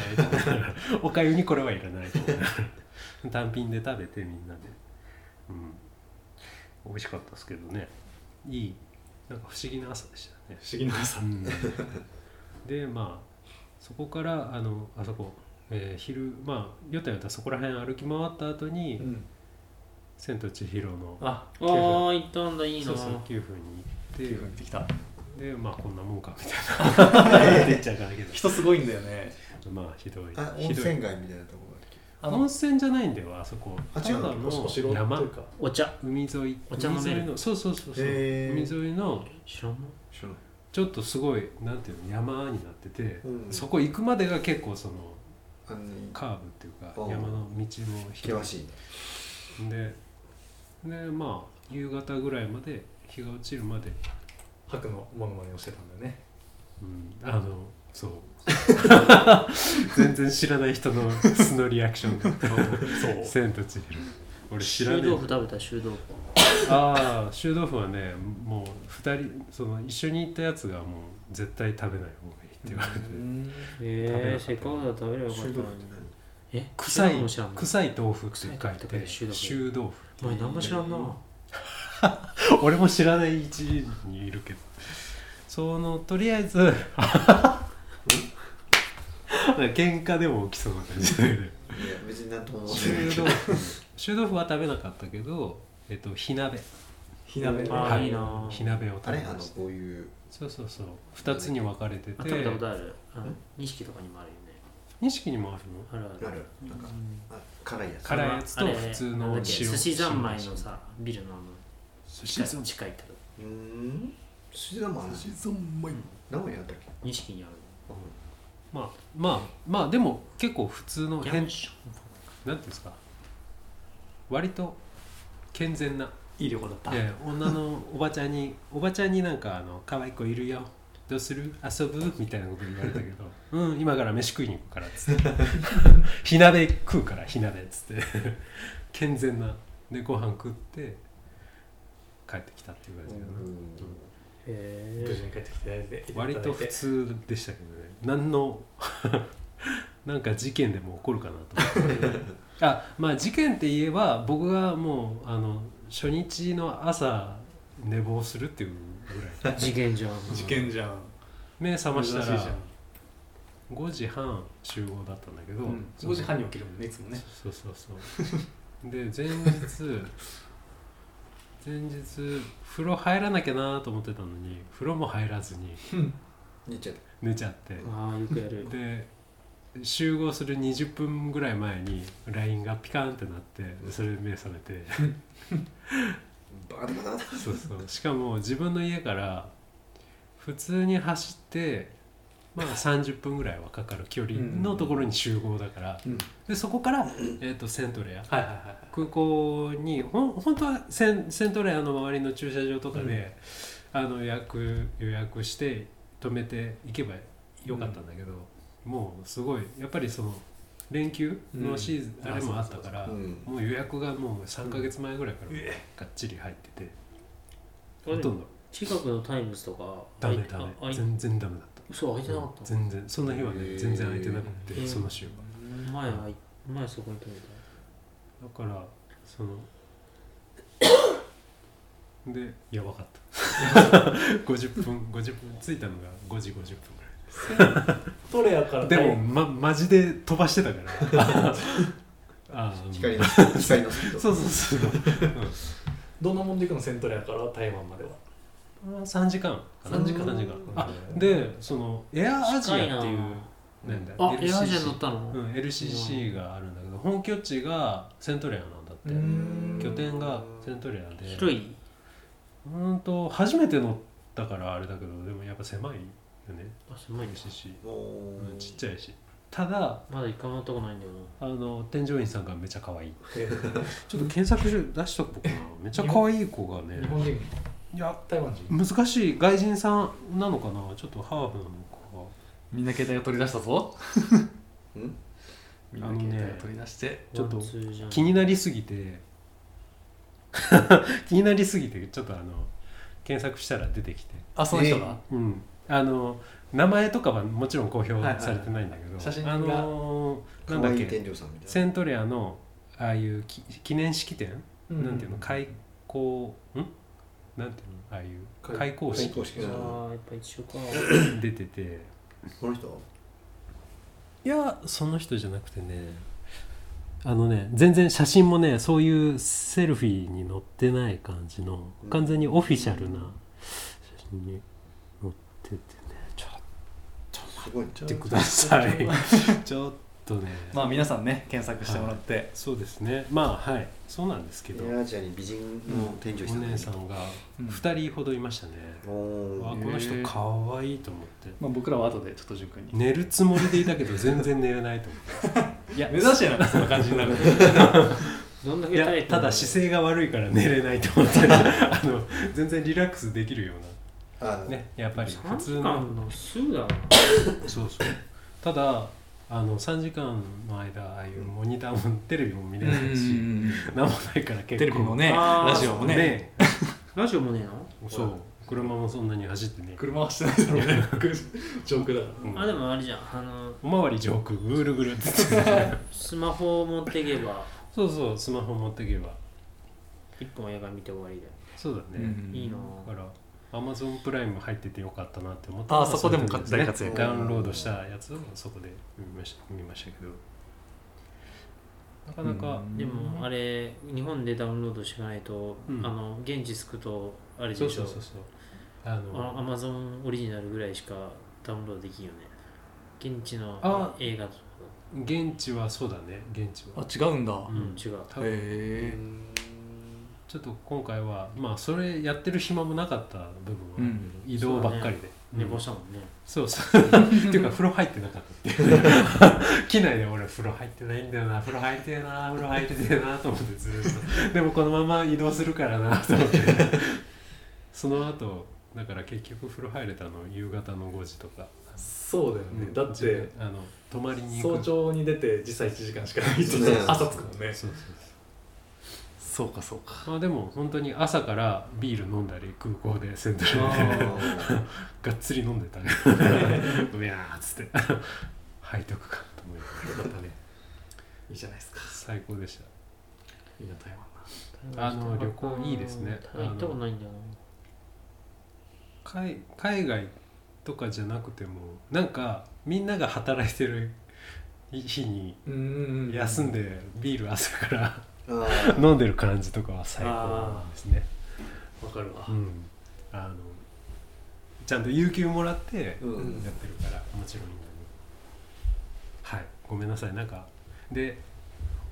[SPEAKER 3] おかゆにこれはいらない単品で食べてみんなで、うん、美味しかったですけどねいいなんか不思議な朝でしたね、
[SPEAKER 1] 不思議な朝
[SPEAKER 3] うん、でまあそこからあのあそこ、えー昼まあよたよたそこら辺歩き回った後に「
[SPEAKER 1] ん
[SPEAKER 3] 千と千尋」の
[SPEAKER 1] あ
[SPEAKER 4] ああー行ったんだいいな
[SPEAKER 3] そうそう9分に
[SPEAKER 1] ってい
[SPEAKER 3] 行
[SPEAKER 1] う
[SPEAKER 3] っ
[SPEAKER 1] 風にできた
[SPEAKER 3] てでまあこんなもんかみたいな 出ちゃ うからけ
[SPEAKER 1] 人すごいんだよね
[SPEAKER 3] どまあひどい
[SPEAKER 2] あ、温
[SPEAKER 3] ひどい
[SPEAKER 2] 泉街みたいなところだっけ。
[SPEAKER 1] あ
[SPEAKER 3] 温泉じゃないんだよあそこ
[SPEAKER 2] あ
[SPEAKER 3] た
[SPEAKER 2] 違
[SPEAKER 3] だ
[SPEAKER 2] うの
[SPEAKER 3] の
[SPEAKER 1] お城という
[SPEAKER 3] 山
[SPEAKER 1] か
[SPEAKER 4] お茶
[SPEAKER 3] 海沿い
[SPEAKER 4] お茶飲める
[SPEAKER 3] 海沿いのそうそうそうそう海
[SPEAKER 2] へー
[SPEAKER 3] 沿いの
[SPEAKER 4] 知らんの
[SPEAKER 2] 知らない。
[SPEAKER 3] ちょっとすごいなんていうの山になってて、
[SPEAKER 2] うん
[SPEAKER 3] そこ行くまでが結構その
[SPEAKER 2] あんなに
[SPEAKER 3] カーブっていうか
[SPEAKER 2] うん
[SPEAKER 3] 山の道も
[SPEAKER 2] 険
[SPEAKER 3] 広
[SPEAKER 2] しいね。
[SPEAKER 3] いででまあ夕方ぐらいまで日が落ちるまで
[SPEAKER 1] 白のモノマネをしてたんだよね
[SPEAKER 3] うんあのそう全然知らない人の素のリアクションが「
[SPEAKER 1] そ
[SPEAKER 3] 千と千尋」俺知ら
[SPEAKER 4] 臭
[SPEAKER 3] ね
[SPEAKER 4] 豆腐
[SPEAKER 3] え
[SPEAKER 4] 食べた臭豆腐
[SPEAKER 3] ああ臭豆腐はねもう二人その一緒に行ったやつがもう絶対食べない方がいいって言われて、
[SPEAKER 4] へえせっかくだ食べればよかったのにえ
[SPEAKER 3] 臭
[SPEAKER 4] 知らん
[SPEAKER 3] い
[SPEAKER 4] の知らんの
[SPEAKER 3] 臭い豆腐って書
[SPEAKER 4] 臭
[SPEAKER 3] い
[SPEAKER 4] いって書い
[SPEAKER 3] て
[SPEAKER 4] て臭豆腐
[SPEAKER 3] 臭豆腐
[SPEAKER 4] お前何も知らんな
[SPEAKER 3] 俺も知らない位置にいるけどそのとりあ えずなんか喧嘩でも起きそうな感じだよね
[SPEAKER 2] いや、別になんとも思わない。
[SPEAKER 3] 臭豆腐臭豆腐は食べなかったけど、えっと、火鍋
[SPEAKER 1] 火鍋
[SPEAKER 4] あ
[SPEAKER 3] は
[SPEAKER 4] ーいいな
[SPEAKER 3] 火鍋
[SPEAKER 2] あ
[SPEAKER 3] を食
[SPEAKER 2] れ
[SPEAKER 3] べ
[SPEAKER 2] あの
[SPEAKER 3] ました
[SPEAKER 2] こういう
[SPEAKER 3] そうそうそう2つに分かれて
[SPEAKER 4] あ食べたこと
[SPEAKER 3] て
[SPEAKER 4] あるあの錦とかにもあるよね
[SPEAKER 3] 錦にもあるの
[SPEAKER 4] あるあ
[SPEAKER 2] あ
[SPEAKER 4] る
[SPEAKER 2] るなんかあ辛いやつ。
[SPEAKER 3] 辛いやつと
[SPEAKER 4] あれ
[SPEAKER 3] 普通の
[SPEAKER 4] なんだっけ
[SPEAKER 3] 塩
[SPEAKER 4] 寿司三昧のさビルのあの
[SPEAKER 3] 寿
[SPEAKER 4] 近
[SPEAKER 3] 司
[SPEAKER 4] い
[SPEAKER 3] 三昧
[SPEAKER 4] 近いとこ
[SPEAKER 2] うーん。寿司ざんまい。寿司ざんまい。名古屋だっけ。
[SPEAKER 4] 錦にある
[SPEAKER 3] まあまあまあでも結構普通の
[SPEAKER 4] いや
[SPEAKER 3] 変なんていうんですか割と健全ない
[SPEAKER 1] い旅行だった
[SPEAKER 3] いやいや女のおばちゃんにおばちゃんになんかあの可愛い子いるよどうする遊ぶみたいなこと言われたけど うん今から飯食いに行くからっつって 火鍋食うから火鍋っつって健全なでご飯食って帰ってきたっていう感じかな、
[SPEAKER 4] へ
[SPEAKER 1] 無事
[SPEAKER 4] え
[SPEAKER 1] に帰ってきていただい
[SPEAKER 3] 割
[SPEAKER 1] て
[SPEAKER 3] と普通でしたけどね何の なんか事件でも起こるかなと思って あまあ事件って言えば僕がもうあの初日の朝寝坊するっていう ぐらい
[SPEAKER 4] 次元じゃん
[SPEAKER 1] 事件じゃん
[SPEAKER 3] 目覚ました
[SPEAKER 1] 珍しい
[SPEAKER 3] ら
[SPEAKER 1] じゃん
[SPEAKER 3] 5時半集合だったんだけど、
[SPEAKER 1] うん
[SPEAKER 3] その
[SPEAKER 1] 5時半に起きるもんねいつもね
[SPEAKER 3] そうそうそうで前日前日風呂入らなきゃなと思ってたのに風呂も入らずに
[SPEAKER 2] 寝ちゃっ
[SPEAKER 3] 寝ちゃって
[SPEAKER 4] ああよくやる
[SPEAKER 3] で集合する20分ぐらい前に LINE がピカンってなってそれで目覚め て
[SPEAKER 2] た。バタバタバタ。
[SPEAKER 3] そうそうしかも自分の家から普通に走ってまあ30分ぐらいはかかる距離のところに集合だから、
[SPEAKER 1] うん
[SPEAKER 3] でそこから、えー、とセントレア
[SPEAKER 1] はいはいはい
[SPEAKER 3] 空港にほん本当はセンセントレアの周りの駐車場とかで、あの予約予約して止めていけばよかったんだけど、もうすごいやっぱりその連休のシーズン、
[SPEAKER 1] うん
[SPEAKER 3] あれもあったから、
[SPEAKER 2] うん。
[SPEAKER 3] もう予約がもう3か月前ぐらいからがっちり入ってて、ほとんど
[SPEAKER 4] 近くのタイムズとか
[SPEAKER 3] ダメ
[SPEAKER 4] あ
[SPEAKER 3] ダ
[SPEAKER 4] あ
[SPEAKER 3] メ全然ダメだっ
[SPEAKER 4] 嘘開いてなかった
[SPEAKER 3] た全然その日は
[SPEAKER 2] へ
[SPEAKER 3] ね
[SPEAKER 2] ー
[SPEAKER 3] 全然空いてなくて
[SPEAKER 4] へー
[SPEAKER 3] その週は
[SPEAKER 4] 前は行っ前そこに止めた
[SPEAKER 3] だからその でやばかった 50分50分着いたのが5時50分ぐらい
[SPEAKER 1] トレやから
[SPEAKER 3] でも、ま、マジで飛ばしてたから あー
[SPEAKER 2] 光の光のスピード
[SPEAKER 3] そうそうそう、
[SPEAKER 1] どんなもんで行くのセントレやから台湾までは
[SPEAKER 3] うん、3時間かな
[SPEAKER 1] 3時間
[SPEAKER 3] 3時間あでそのエアアジアっていうなんだ
[SPEAKER 4] あ
[SPEAKER 3] LCC
[SPEAKER 4] エアアジア乗ったの、
[SPEAKER 3] うん、LCC があるんだけど本拠地がセントレアなんだって拠点がセントレアで
[SPEAKER 4] 広いう
[SPEAKER 3] ーんと初めて乗ったからあれだけどでもやっぱ狭いよね
[SPEAKER 4] あ狭いです
[SPEAKER 3] LCC、
[SPEAKER 2] お
[SPEAKER 3] うん、ちっち
[SPEAKER 2] ゃい
[SPEAKER 3] ゃいしただ
[SPEAKER 4] まだ一回も乗ったことないんだよな
[SPEAKER 3] あの添乗員さんがめちゃ可 愛い
[SPEAKER 1] えー
[SPEAKER 3] ちょっと検索出しとこうかなめっちゃ可愛い子がね
[SPEAKER 1] 日本人
[SPEAKER 3] いや
[SPEAKER 1] 台湾人
[SPEAKER 3] 難しい外人さんなのかなちょっとハーフなのか
[SPEAKER 1] みんな携帯を取り出したぞ
[SPEAKER 2] うん
[SPEAKER 1] みんな携帯を取り出して
[SPEAKER 3] ちょっと
[SPEAKER 4] ワンツーじゃん
[SPEAKER 3] 気になりすぎて 気になりすぎてちょっとあの検索したら出てきて
[SPEAKER 1] あその人が
[SPEAKER 3] うん、あの名前とかはもちろん公表されてないんだけど、
[SPEAKER 1] はいはいはい写真が
[SPEAKER 3] あのー
[SPEAKER 2] 可
[SPEAKER 3] なんだっ
[SPEAKER 2] 愛い
[SPEAKER 3] け
[SPEAKER 2] 天井さんみたい
[SPEAKER 3] セントレアのああいうき記念式典、なんていうの開校んなんていうのああいう
[SPEAKER 1] 開
[SPEAKER 3] 開校
[SPEAKER 2] な最
[SPEAKER 3] 式
[SPEAKER 2] 高式
[SPEAKER 4] あ
[SPEAKER 2] な
[SPEAKER 4] ーやっぱ一緒 か
[SPEAKER 3] 出てて
[SPEAKER 2] この人
[SPEAKER 3] いやその人じゃなくてねあのね全然写真もねそういうセルフィーに載ってない感じの
[SPEAKER 2] うん
[SPEAKER 3] 完全にオフィシャルな写真に載っててねちょっ
[SPEAKER 2] すごい
[SPEAKER 3] と待ってくださいちょっとね
[SPEAKER 1] まあ皆さんね検索してもらって
[SPEAKER 3] そうですねまあはいそうなんですけど
[SPEAKER 2] エアアジアに美人の天井
[SPEAKER 3] お
[SPEAKER 2] さん
[SPEAKER 3] 姉さんが2人ほどいましたね、
[SPEAKER 2] お
[SPEAKER 3] わあ
[SPEAKER 2] お
[SPEAKER 3] この人
[SPEAKER 1] へえ
[SPEAKER 3] かわいいと思って
[SPEAKER 1] まあ僕らは後でちょっと淳君に
[SPEAKER 3] 寝るつもりでいたけど全然寝れないと思っていや
[SPEAKER 1] 目指してなんかそんな感じになる
[SPEAKER 4] どんだ
[SPEAKER 3] い
[SPEAKER 4] け
[SPEAKER 3] や
[SPEAKER 4] タイト
[SPEAKER 3] ただ姿勢が悪いから寝れないと思 ってあの全然リラックスできるよう
[SPEAKER 2] あ
[SPEAKER 3] なねやっぱり普
[SPEAKER 4] 3時
[SPEAKER 3] 通
[SPEAKER 4] 間
[SPEAKER 3] の
[SPEAKER 4] のすぐだな
[SPEAKER 3] そうそうただあの3時間の間ああいうモニターもテレビも見れないし何もないから結構
[SPEAKER 1] テレビもね
[SPEAKER 4] あー
[SPEAKER 1] ラジオもね
[SPEAKER 3] ね
[SPEAKER 4] ラジオもねえの
[SPEAKER 3] そう車もそんなに走ってね
[SPEAKER 1] 車はしてないだろうねジョークだか
[SPEAKER 3] うん
[SPEAKER 4] あでもあれじゃんあの
[SPEAKER 3] おまわり上空ぐるぐるっつ って
[SPEAKER 4] スマホを持っていけば
[SPEAKER 3] そうそうスマホ持ってけば
[SPEAKER 4] 一本映画見て終わりだよ、
[SPEAKER 3] そうだ
[SPEAKER 1] ら
[SPEAKER 3] ね、
[SPEAKER 4] いいな
[SPEAKER 3] だからアマゾンプライム入っててよかったなって思った
[SPEAKER 1] あーそこでも
[SPEAKER 3] そういう時
[SPEAKER 1] 大活
[SPEAKER 2] 躍
[SPEAKER 3] ダウンロードしたやつをそこで見ました見ましたけどなかなか、
[SPEAKER 1] うん
[SPEAKER 4] でもあれ日本でダウンロードしていかないと、
[SPEAKER 3] うん
[SPEAKER 4] あの現地着くとあれでし
[SPEAKER 3] そ
[SPEAKER 4] ょ
[SPEAKER 3] うそうそうそうあの
[SPEAKER 4] あアマゾンオリジナルぐらいしかダウンロードできんよね現地の
[SPEAKER 3] あ
[SPEAKER 4] 映画とか
[SPEAKER 3] 現地はそうだね現地は
[SPEAKER 1] あ違うんだ
[SPEAKER 3] う
[SPEAKER 4] うんん違う
[SPEAKER 1] へ
[SPEAKER 3] 多分
[SPEAKER 1] え
[SPEAKER 3] ちょっと今回はまあそれやってる暇もなかった部分はあ
[SPEAKER 4] う
[SPEAKER 3] るけど、
[SPEAKER 4] ん
[SPEAKER 3] 移動ばっかりで、
[SPEAKER 4] 寝
[SPEAKER 3] うん
[SPEAKER 4] 坊したもんね、
[SPEAKER 3] そうそう っていうか風呂入ってなかったっ ていうね機内で俺風呂入ってないんだよな風呂入ってえな風呂入ってえなと思ってずーっとでもこのまま移動するからなと 思ってその後だから結局風呂入れたの夕方の5時とか、
[SPEAKER 1] そうだよねだっ
[SPEAKER 3] 自分
[SPEAKER 1] て
[SPEAKER 3] あの泊まりに行
[SPEAKER 1] 早
[SPEAKER 3] く
[SPEAKER 1] 朝に出て実際1時間しかないって
[SPEAKER 2] そうね
[SPEAKER 1] 朝着くもんね
[SPEAKER 3] そうそうそ
[SPEAKER 1] そうかそうか
[SPEAKER 3] うまあでも本当に朝からビール飲んだり空港でセント
[SPEAKER 1] あ
[SPEAKER 3] ラルで
[SPEAKER 2] ー
[SPEAKER 3] がっつり飲んで たねうやーっつって 履いとくかと思いながらまたね
[SPEAKER 1] いいじゃないですか
[SPEAKER 3] 最高でした
[SPEAKER 1] いいな台湾な
[SPEAKER 3] あの旅行いいですね
[SPEAKER 4] 台湾行ったことないんだよ
[SPEAKER 3] 海海外とかじゃなくてもなんかみんなが働いてる日に
[SPEAKER 1] うん
[SPEAKER 3] 休んでビール朝から
[SPEAKER 2] あー
[SPEAKER 3] 飲んでる感じとかは最高ですね。
[SPEAKER 1] わかるわ
[SPEAKER 3] うん、あのちゃんと有給もらってやって
[SPEAKER 2] う
[SPEAKER 3] る
[SPEAKER 2] ん
[SPEAKER 3] から、もちろんいいのにはいごめんなさいなんかで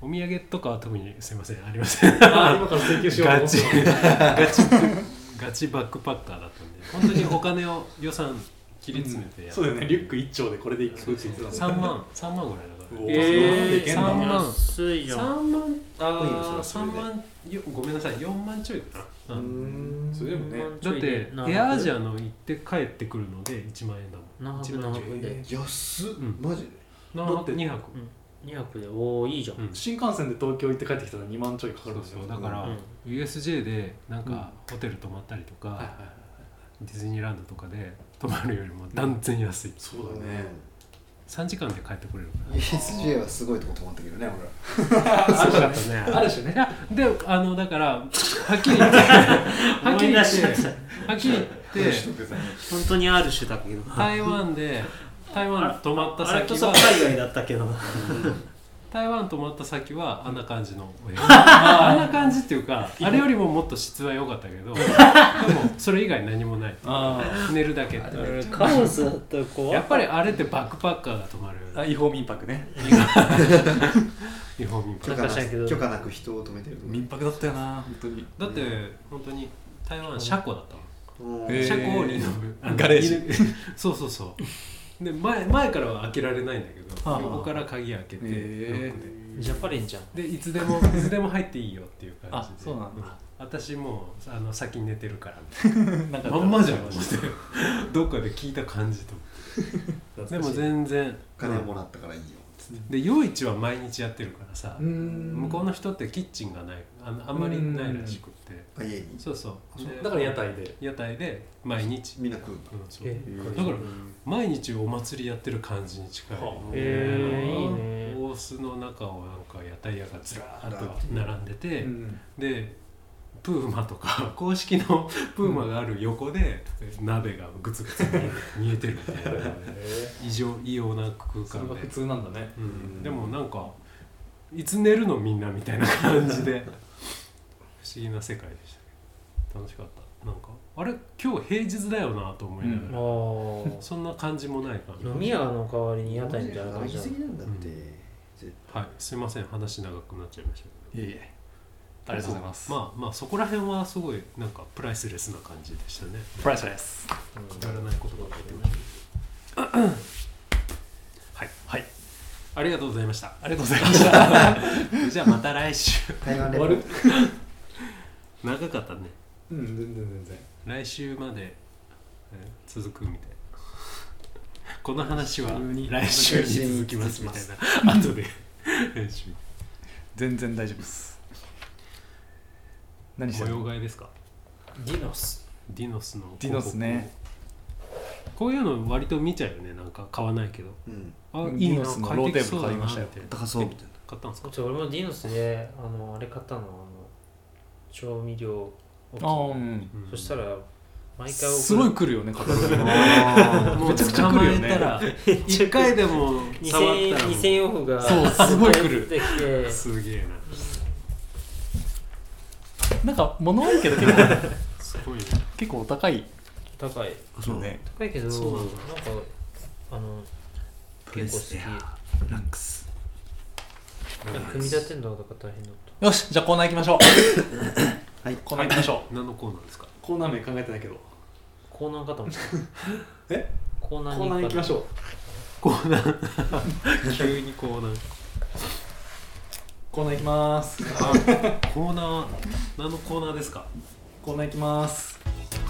[SPEAKER 3] お土産とかは特にすいませんありません
[SPEAKER 1] あー今から請求しようと思
[SPEAKER 3] ガ
[SPEAKER 1] って
[SPEAKER 3] チ
[SPEAKER 1] た
[SPEAKER 3] ガチ ガチバックパッカーだったんで本当にお金を予算切り詰めて
[SPEAKER 1] そうだよねリュック1丁でこれでいくって言ってたんだ
[SPEAKER 3] 3万3万ぐらいだから
[SPEAKER 1] おー
[SPEAKER 4] え
[SPEAKER 1] い
[SPEAKER 4] ー、
[SPEAKER 1] けん
[SPEAKER 4] 3
[SPEAKER 1] だ
[SPEAKER 4] 万安いじゃん
[SPEAKER 3] 3万
[SPEAKER 2] う
[SPEAKER 3] あ
[SPEAKER 2] ん
[SPEAKER 3] あ3万よごめんなさい4万ちょいかな、うん
[SPEAKER 2] うん
[SPEAKER 1] それでもね
[SPEAKER 4] 3万ち
[SPEAKER 3] だっ
[SPEAKER 4] ょいで
[SPEAKER 3] て
[SPEAKER 4] 何泊
[SPEAKER 3] エアアジアの行って帰ってくるので1万円だも
[SPEAKER 4] 何
[SPEAKER 3] ん
[SPEAKER 4] 泊
[SPEAKER 3] 1万
[SPEAKER 4] 何
[SPEAKER 3] ちょい
[SPEAKER 4] 泊で、
[SPEAKER 2] 安っ
[SPEAKER 3] ん
[SPEAKER 2] マジで
[SPEAKER 3] 何
[SPEAKER 1] だって
[SPEAKER 3] 泊2泊
[SPEAKER 4] うん、2泊でおおいいじゃん、
[SPEAKER 3] うん
[SPEAKER 1] 新幹線で東京行って帰ってきたら2万ちょいかか
[SPEAKER 3] そう
[SPEAKER 1] るんです
[SPEAKER 3] そ
[SPEAKER 1] よ
[SPEAKER 3] うだから、
[SPEAKER 4] うん
[SPEAKER 3] USJ でなんかホテル泊まったりとか、
[SPEAKER 1] はいはいはい
[SPEAKER 3] ディズニーランドとかで泊まるよりも断然安い、
[SPEAKER 1] そうだね
[SPEAKER 3] 3時間で帰ってこれるから
[SPEAKER 2] USJ はすごいとこ泊まったけどね俺ら
[SPEAKER 1] ある
[SPEAKER 3] そうだね
[SPEAKER 1] あるしね
[SPEAKER 3] いやであのだからはっきり言ってはっきり言
[SPEAKER 4] 思い出
[SPEAKER 3] って
[SPEAKER 4] しちゃっ
[SPEAKER 3] はっきり 言って
[SPEAKER 4] 本当に R してたけどな
[SPEAKER 3] 台湾で台湾泊まった
[SPEAKER 4] あれこ
[SPEAKER 3] 先
[SPEAKER 4] そ
[SPEAKER 3] は
[SPEAKER 4] 海外だったけどな
[SPEAKER 3] 台湾泊まった先はあんな感じの お宿ああんな感じっていうかあれよりももっと質は良かったけ どでもそれ以外何もない
[SPEAKER 1] あ
[SPEAKER 3] 寝るだけっていう
[SPEAKER 4] カオスだったら怖
[SPEAKER 3] やっぱりあれってバックパッカーが泊まる
[SPEAKER 1] あ違法民泊ね
[SPEAKER 3] 日本民
[SPEAKER 2] 許可
[SPEAKER 4] な
[SPEAKER 3] 泊
[SPEAKER 4] ん
[SPEAKER 2] な
[SPEAKER 4] かしないけ
[SPEAKER 2] く
[SPEAKER 4] ど
[SPEAKER 2] 許可なく人を止めてるとこ
[SPEAKER 1] 民泊だったよな本当に
[SPEAKER 3] だって本当に台湾車庫だったもん
[SPEAKER 2] うん
[SPEAKER 1] へえ
[SPEAKER 3] 車庫に乗るあ の
[SPEAKER 1] ガレージ
[SPEAKER 3] 犬そうそうそうで前前からは開けられないんだけ
[SPEAKER 1] はあは
[SPEAKER 3] ど
[SPEAKER 1] あ
[SPEAKER 3] 横から鍵開けてロ
[SPEAKER 1] へ
[SPEAKER 3] ックで
[SPEAKER 4] ジャパレンじゃん
[SPEAKER 3] でいつでもいつでも入っていいよっていう感じで
[SPEAKER 1] あそうなんだ
[SPEAKER 3] 私もうあの先に寝てるから
[SPEAKER 1] なんか
[SPEAKER 3] まんまじゃん マジでどっかで聞いた感じとでも全然
[SPEAKER 2] 金もらったからいいよ
[SPEAKER 3] で夜市は毎日やってるからさ
[SPEAKER 1] 向
[SPEAKER 3] 向こうの人ってキッチンがないあのあんまりないらしくって
[SPEAKER 2] あ家に
[SPEAKER 3] そうそうで
[SPEAKER 1] だから屋台で
[SPEAKER 3] 屋台で毎日、
[SPEAKER 2] みんな食うんだ
[SPEAKER 3] うんそう
[SPEAKER 4] え
[SPEAKER 2] ー
[SPEAKER 3] だから毎日お祭りやってる感じに近い
[SPEAKER 1] はあ
[SPEAKER 4] へーいいね
[SPEAKER 3] 大須の中をなんか屋台屋がずらーっと並んでて、
[SPEAKER 1] うん
[SPEAKER 3] でプーマとか 公式のプーマがある横で鍋がグツグツ見えてるみたいな異常異様な空
[SPEAKER 1] それ
[SPEAKER 3] 間
[SPEAKER 1] が
[SPEAKER 3] で
[SPEAKER 1] 普、通なんだね
[SPEAKER 3] うん、でもなんかいつ寝るのみんなみたいな感じ で不思議な世界でしたけど楽しかったなんかあれ今日平日だよなと思いなが
[SPEAKER 1] う
[SPEAKER 3] ら、
[SPEAKER 4] あ
[SPEAKER 3] そんな感じもない感じ
[SPEAKER 4] あ飲み屋の代わりに屋台みたいな
[SPEAKER 2] 行
[SPEAKER 4] 感
[SPEAKER 2] き
[SPEAKER 4] じ
[SPEAKER 2] 過ぎ
[SPEAKER 4] だ
[SPEAKER 2] なんだって
[SPEAKER 3] う
[SPEAKER 2] 絶
[SPEAKER 3] はいすいません話長くなっちゃいましたけど
[SPEAKER 1] いえいえありがとうございます
[SPEAKER 3] まあまあそこら辺はすごいなんかプライスレスな感じでしたね
[SPEAKER 1] プライスレス
[SPEAKER 3] くだらないことが書いてま したはい
[SPEAKER 1] はい
[SPEAKER 3] ありがとうございました
[SPEAKER 1] ありがとうございました
[SPEAKER 3] じゃあまた来週
[SPEAKER 2] 対台湾レ
[SPEAKER 1] 終
[SPEAKER 2] ポ
[SPEAKER 1] わる
[SPEAKER 3] 長かったね
[SPEAKER 1] うん全然全然
[SPEAKER 3] 来週まで、えー続くみたいなこの話は来週に続きますみたい な後で編集
[SPEAKER 1] 全然大丈夫です何して
[SPEAKER 3] 模
[SPEAKER 1] る
[SPEAKER 3] 様替えですか
[SPEAKER 4] ディノス
[SPEAKER 3] ディノスの
[SPEAKER 1] ディノスね
[SPEAKER 3] こういうの割と見ちゃうよねなんか買わないけど
[SPEAKER 2] うん
[SPEAKER 3] あ
[SPEAKER 1] ディノスのローテーブル買いましたよ
[SPEAKER 3] 快適そうだなみ
[SPEAKER 2] 高そうみたい
[SPEAKER 3] たいな
[SPEAKER 2] な
[SPEAKER 3] 買ったんですか
[SPEAKER 4] ちょ俺もディノスであのあれ買ったのあの調味料を
[SPEAKER 1] あーうん
[SPEAKER 4] そしたら毎回送る
[SPEAKER 1] すごい来るよねカタログ
[SPEAKER 3] も
[SPEAKER 1] め
[SPEAKER 3] う
[SPEAKER 1] ちゃくちゃ来るよね
[SPEAKER 3] 捕まえたら一回でも触
[SPEAKER 4] 2000
[SPEAKER 3] っ
[SPEAKER 4] 円
[SPEAKER 3] たらも
[SPEAKER 4] 2000円オフが
[SPEAKER 1] そうすごい来る
[SPEAKER 4] できて
[SPEAKER 3] うすげえな
[SPEAKER 1] なんか物多いけど結構
[SPEAKER 3] すごいな
[SPEAKER 1] 結構お高い
[SPEAKER 4] 高い
[SPEAKER 2] あそう
[SPEAKER 1] ね
[SPEAKER 4] 高いけどなん
[SPEAKER 3] そう
[SPEAKER 4] か
[SPEAKER 3] なん
[SPEAKER 4] あの
[SPEAKER 2] プレス
[SPEAKER 4] 結
[SPEAKER 2] テ
[SPEAKER 4] 構好
[SPEAKER 2] ラックス
[SPEAKER 4] きなんか組み立てるのが大変だっ
[SPEAKER 1] よしじゃあコーナー行き ましょう
[SPEAKER 2] はい
[SPEAKER 1] コーナー行きましょう
[SPEAKER 3] 何のコーナーですか
[SPEAKER 1] コーナー名考えてないけど
[SPEAKER 4] たコーナーかと思った
[SPEAKER 1] え
[SPEAKER 4] コ
[SPEAKER 1] コ
[SPEAKER 4] ーナー
[SPEAKER 1] ー
[SPEAKER 4] に
[SPEAKER 1] ナー行きまし
[SPEAKER 4] う
[SPEAKER 1] ょ
[SPEAKER 3] コーナー急にコーナー
[SPEAKER 1] うコーナー行きます
[SPEAKER 3] あコーナー何のコーナーですか
[SPEAKER 1] コーナー行きます、